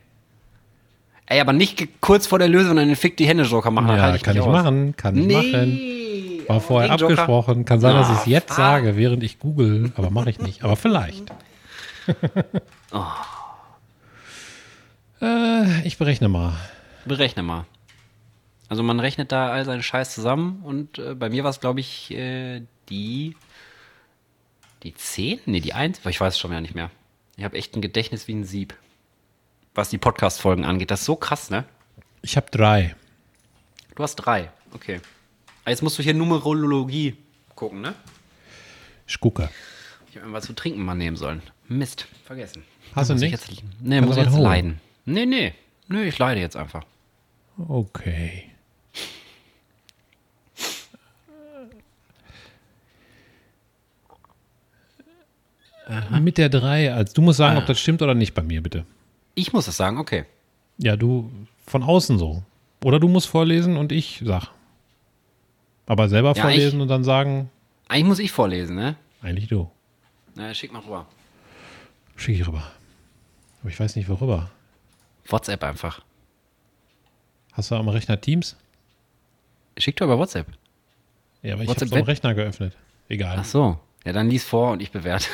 B: Ey, aber nicht ge- kurz vor der Lösung einen Fick die Hände Joker machen. dann
A: ja,
B: halte ich
A: kann
B: mich
A: ich
B: aus.
A: machen, kann ich machen.
B: Nee.
A: War vorher
B: Gegen Joker.
A: abgesprochen. Kann sein, dass ich es
B: Ah,
A: jetzt
B: fuck.
A: sage, während ich google, aber mache ich nicht. Aber vielleicht. äh, ich berechne mal.
B: Berechne mal. Also man rechnet da all seinen Scheiß zusammen und äh, bei mir war es, glaube ich, äh, die. Die 10? Nee, die 1? Ich weiß es schon ja nicht mehr. Ich habe echt ein Gedächtnis wie ein Sieb. Was die Podcast-Folgen angeht. Das ist so krass, ne?
A: Ich habe drei.
B: Du hast drei. Okay. Ah, Jetzt musst du hier Numerologie gucken, ne?
A: Ich gucke.
B: Ich hätte mir was zu trinken mal nehmen sollen. Mist, vergessen.
A: Hast du
B: Muss ich
A: nichts?
B: Jetzt, nee,
A: Kannst
B: muss
A: du
B: ich
A: was
B: jetzt
A: holen?
B: leiden. Nee, nee. Nee, ich leide jetzt einfach.
A: Okay. Mit der 3, also du musst
B: Ah.
A: sagen, ob das stimmt oder nicht bei mir, bitte.
B: Ich muss es sagen, okay.
A: Ja, du von außen so. Oder du musst vorlesen und ich sag. Aber selber
B: Ja,
A: vorlesen
B: ich-
A: und dann sagen,
B: Eigentlich muss ich vorlesen, ne?
A: eigentlich du.
B: Na, schick mal rüber.
A: Schicke ich rüber. Aber ich weiß nicht, worüber.
B: WhatsApp einfach.
A: Hast du am Rechner Teams?
B: Schick doch über WhatsApp.
A: Ja, aber ich
B: WhatsApp
A: hab's am
B: Web?
A: Rechner geöffnet. Egal.
B: Ach so. Ja, dann lies vor und ich bewerte.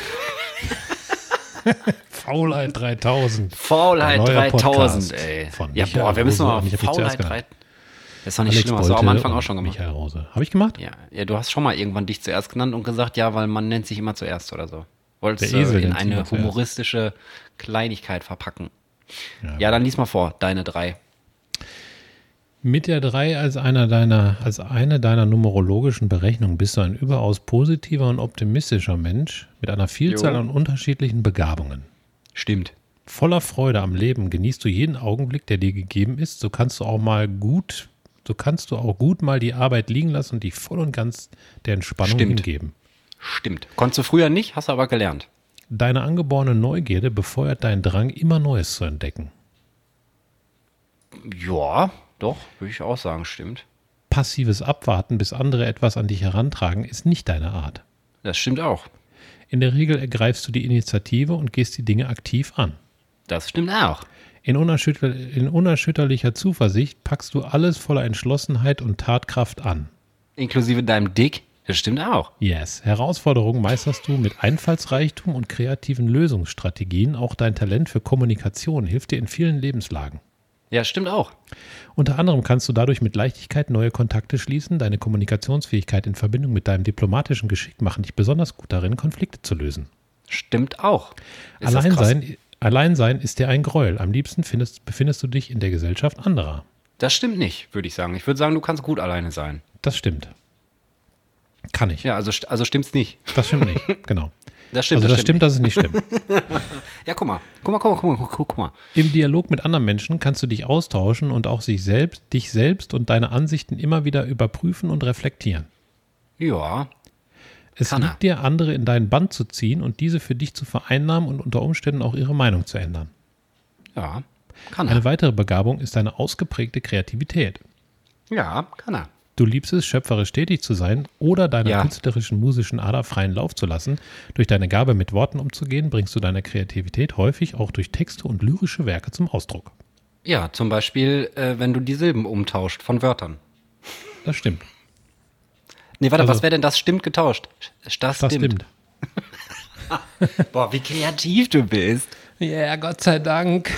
B: *laughs*
A: Faulheit 3000.
B: Faulheit
A: Ein neuer
B: 3000,
A: Podcast
B: ey.
A: von
B: ja,
A: Michael
B: boah, wir müssen
A: Rose.
B: mal
A: Und ich hab dich zuerst
B: Faulheit
A: genannt.
B: 3000. Das ist doch nicht schlimm, hast du am
A: Bolte
B: Anfang auch
A: und
B: schon gemacht.
A: Michael Rose. Habe ich gemacht?
B: Ja, ja, du hast schon mal irgendwann dich zuerst genannt und gesagt, ja, weil man nennt sich immer zuerst oder so. Wolltest
A: Der
B: du
A: Esel
B: in
A: nennt sich immer
B: eine
A: zuerst.
B: humoristische Kleinigkeit verpacken.
A: Ja.
B: Ja, dann lies mal vor, deine drei.
A: Mit der 3 als einer deiner, als eine deiner numerologischen Berechnungen bist du ein überaus positiver und optimistischer Mensch mit einer Vielzahl
B: Jo.
A: an unterschiedlichen Begabungen.
B: Stimmt.
A: Voller Freude am Leben genießt du jeden Augenblick, der dir gegeben ist. So kannst du auch mal gut, so kannst du auch gut mal die Arbeit liegen lassen und dich voll und ganz der Entspannung
B: Stimmt.
A: hingeben.
B: Stimmt. Konntest du früher nicht, hast du aber gelernt.
A: Deine angeborene Neugierde befeuert deinen Drang, immer Neues zu entdecken.
B: Ja, doch, würde ich auch sagen, stimmt.
A: Passives Abwarten, bis andere etwas an dich herantragen, ist nicht deine Art.
B: Das stimmt auch.
A: In der Regel ergreifst du die Initiative und gehst die Dinge aktiv an.
B: Das stimmt auch.
A: In, unerschütter in unerschütterlicher Zuversicht packst du alles voller Entschlossenheit und Tatkraft an.
B: Inklusive deinem Dick, das stimmt auch.
A: Yes, Herausforderungen meisterst du mit Einfallsreichtum und kreativen Lösungsstrategien. Auch dein Talent für Kommunikation hilft dir in vielen Lebenslagen.
B: Ja, stimmt auch.
A: Unter anderem kannst du dadurch mit Leichtigkeit neue Kontakte schließen. Deine Kommunikationsfähigkeit in Verbindung mit deinem diplomatischen Geschick machen dich besonders gut darin, Konflikte zu lösen.
B: Stimmt auch. Ist das krass?
A: Alleinsein, Alleinsein ist dir ein Gräuel. Am liebsten findest, befindest du dich in der Gesellschaft anderer.
B: Das stimmt nicht, würde ich sagen. Ich würde sagen, du kannst gut alleine sein.
A: Das stimmt. Kann ich.
B: Ja, also, st- also stimmt's nicht.
A: Das stimmt
B: *laughs*
A: nicht. Genau.
B: Das stimmt,
A: also das stimmt,
B: nicht.
A: dass es nicht stimmt.
B: Ja, guck mal. Guck mal, guck mal, guck mal, guck, guck mal.
A: Im Dialog mit anderen Menschen kannst du dich austauschen und auch sich selbst, dich selbst und deine Ansichten immer wieder überprüfen und reflektieren.
B: Ja,
A: Es
B: Kann er.
A: liegt dir, andere in deinen Band zu ziehen und diese für dich zu vereinnahmen und unter Umständen auch ihre Meinung zu ändern.
B: ja, kann er.
A: Eine weitere Begabung ist deine ausgeprägte Kreativität.
B: Ja, kann er.
A: Du liebst es, schöpferisch tätig zu sein oder deiner
B: Ja.
A: künstlerischen, musischen Ader freien Lauf zu lassen. Durch deine Gabe, mit Worten umzugehen, bringst du deine Kreativität häufig auch durch Texte und lyrische Werke zum Ausdruck.
B: Ja, zum Beispiel, äh, wenn du die Silben umtauscht von Wörtern.
A: Das stimmt.
B: Nee, warte,
A: Also-
B: was wäre denn das stimmt getauscht? Sch- Das,
A: Das
B: stimmt.
A: stimmt.
B: Boah, wie kreativ du bist.
A: Ja, Gott sei Dank.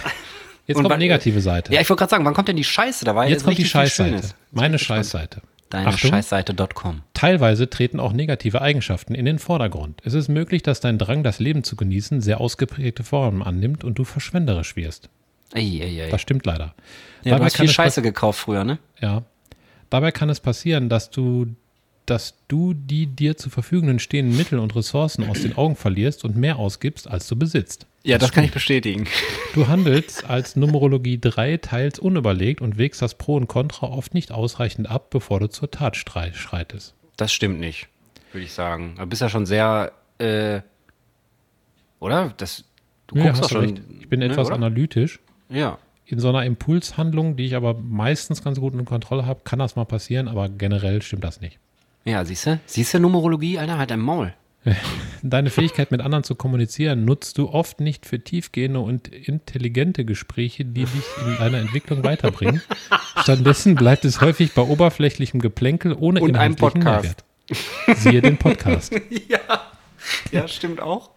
A: Jetzt
B: Und
A: kommt
B: wann-
A: die negative Seite.
B: Ja, ich wollte gerade sagen, wann kommt denn die Scheiße dabei?
A: Jetzt kommt die
B: Scheiße.
A: Scheißseite. Meine Scheißseite.
B: Deine Scheißseite.com.
A: Teilweise treten auch negative Eigenschaften in den Vordergrund. Es ist möglich, dass dein Drang, das Leben zu genießen, sehr ausgeprägte Formen annimmt und du verschwenderisch wirst.
B: Ey, ey, ey.
A: Das stimmt leider.
B: Ja, du hast viel
A: es
B: Scheiße gekauft früher, ne?
A: Ja. Dabei kann es passieren, dass du, dass du die dir zur Verfügung stehenden Mittel und Ressourcen aus den Augen verlierst und mehr ausgibst, als du besitzt.
B: Ja, das kann ich bestätigen.
A: Du handelst als Numerologie 3 teils unüberlegt und wägst das Pro und Contra oft nicht ausreichend ab, bevor du zur Tat strei- schreitest.
B: Das stimmt nicht, würde ich sagen. Du bist ja schon sehr, äh, oder? Das, du
A: Ja,
B: guckst
A: hast
B: doch
A: du
B: schon.
A: recht. Ich bin
B: ne,
A: etwas
B: oder?
A: analytisch.
B: Ja.
A: in so einer Impulshandlung, die ich aber meistens ganz gut in Kontrolle habe, kann das mal passieren, aber generell stimmt das nicht.
B: Ja, siehst du? Siehst du Numerologie, Alter, halt im Maul.
A: Deine Fähigkeit, mit anderen zu kommunizieren, nutzt du oft nicht für tiefgehende und intelligente Gespräche, die dich in deiner Entwicklung
B: *laughs*
A: weiterbringen. Stattdessen bleibt es häufig bei oberflächlichem Geplänkel ohne
B: Und einem
A: inhaltlichen
B: Podcast.
A: Mehrwert. Siehe den
B: *laughs*
A: Podcast.
B: Ja. Ja, stimmt auch.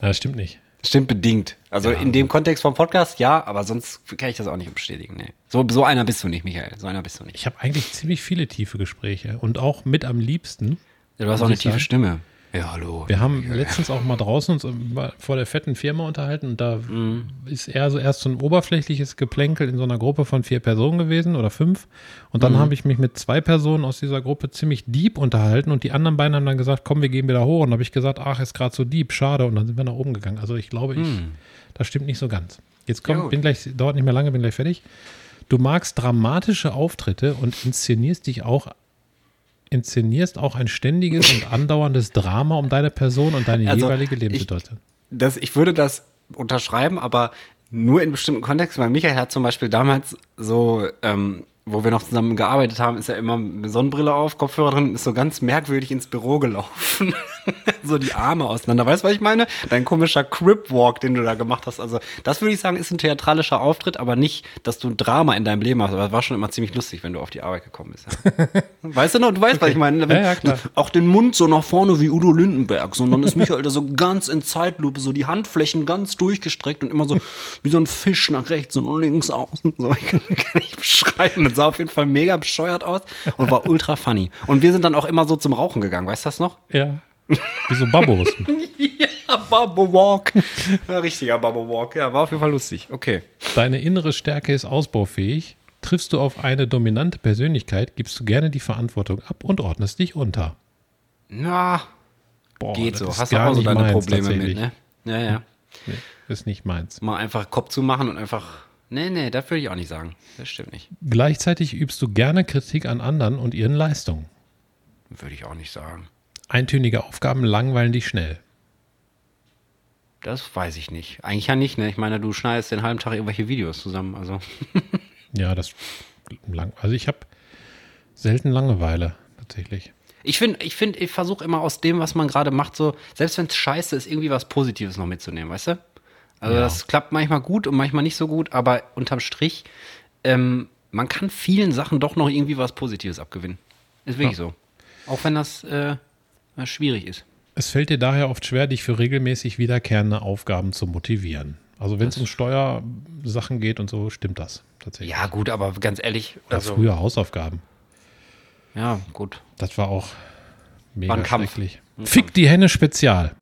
A: Na, das stimmt nicht.
B: Stimmt bedingt. Also in dem Kontext vom Podcast, ja, aber sonst kann ich das auch nicht bestätigen. Nee. So, so einer bist du nicht, Michael. So einer bist du nicht.
A: Ich habe eigentlich ziemlich viele tiefe Gespräche und auch mit am liebsten.
B: Du hast auch
A: Muss
B: eine
A: ich
B: tiefe
A: sagen.
B: Stimme. Ja, hallo.
A: Wir haben letztens auch mal draußen uns äh, mal vor der fetten Firma unterhalten und da
B: Mhm.
A: ist eher so erst so ein oberflächliches Geplänkel in so einer Gruppe von vier Personen gewesen oder fünf. Und
B: Mhm.
A: dann habe ich mich mit zwei Personen aus dieser Gruppe ziemlich deep unterhalten und die anderen beiden haben dann gesagt, komm, wir gehen wieder hoch. Und habe ich gesagt, ach, ist gerade so deep, schade. Und dann sind wir nach oben gegangen. Also ich glaube, ich, das stimmt nicht so ganz. Jetzt
B: Mhm. Gut.
A: kommt, bin gleich, dauert nicht mehr lange, bin gleich fertig. Du magst dramatische Auftritte und inszenierst dich auch inszenierst auch ein ständiges und andauerndes Drama um deine Person und deine
B: Also,
A: jeweilige
B: ich-
A: Lebenssituation.
B: das, ich würde das unterschreiben, aber nur in bestimmten Kontexten. Weil Michael hat zum Beispiel damals so, ähm, wo wir noch zusammen gearbeitet haben, ist er immer mit Sonnenbrille auf, Kopfhörer drin, ist so ganz merkwürdig ins Büro gelaufen. *laughs* so die Arme auseinander. Weißt du, was ich meine? Dein komischer Crip-Walk, den du da gemacht hast. Also, das würde ich sagen, ist ein theatralischer Auftritt, aber nicht, dass du ein Drama in deinem Leben hast. Aber es war schon immer ziemlich lustig, wenn du auf die Arbeit gekommen bist. Ja. weißt du noch? Du weißt, was ich meine. ne?
A: Ja, ja, klar.
B: Auch den Mund so nach vorne wie Udo Lindenberg, sondern ist Michael da so ganz in Zeitlupe, so die Handflächen ganz durchgestreckt und immer so wie so ein Fisch nach rechts und links außen. So, *laughs* ich kann kann ich beschreiben. Das sah auf jeden Fall mega bescheuert aus und war ultra funny. Und wir sind dann auch immer so zum Rauchen gegangen, weißt du das noch?
A: Ja. Wie so Babos.
B: Ja, Babo Walk. Ja, richtiger Babo Walk. Ja, war auf jeden Fall lustig. Okay.
A: Deine innere Stärke ist ausbaufähig. Triffst du auf eine dominante Persönlichkeit, gibst du gerne die Verantwortung ab und ordnest dich unter.
B: Na,
A: Boah,
B: geht
A: das
B: so.
A: ist
B: Hast du
A: gar
B: auch so
A: nicht
B: deine
A: meins,
B: Probleme mit,
A: tatsächlich.
B: ne? Ja, ja.
A: Nee, ist nicht meins.
B: Mal einfach Kopf zu machen und einfach. Nee, nee, das würde ich auch nicht sagen. Das stimmt nicht.
A: Gleichzeitig übst du gerne Kritik an anderen und ihren Leistungen.
B: Würde ich auch nicht sagen.
A: Eintönige Aufgaben langweilen dich schnell.
B: Das weiß ich nicht. Eigentlich ja nicht, ne? Ich meine, du schneidest den halben Tag irgendwelche Videos zusammen, also.
A: Ja, das lang. Also ich habe selten Langeweile tatsächlich.
B: Ich finde, ich finde, ich versuche immer aus dem, was man gerade macht, so, selbst wenn es scheiße ist, irgendwie was Positives noch mitzunehmen, weißt du? Also das klappt manchmal gut und manchmal nicht so gut, aber unterm Strich, ähm, man kann vielen Sachen doch noch irgendwie was Positives abgewinnen. Ist wirklich so. Auch wenn das äh, schwierig ist.
A: Es fällt dir daher oft schwer, dich für regelmäßig wiederkehrende Aufgaben zu motivieren. Also wenn es um Steuersachen geht und so, stimmt das tatsächlich.
B: Ja, gut, aber ganz ehrlich,
A: Oder
B: also,
A: früher Hausaufgaben.
B: ja, gut.
A: Das war auch mega
B: War ein Kampf.
A: schrecklich. Fick die Henne Spezial.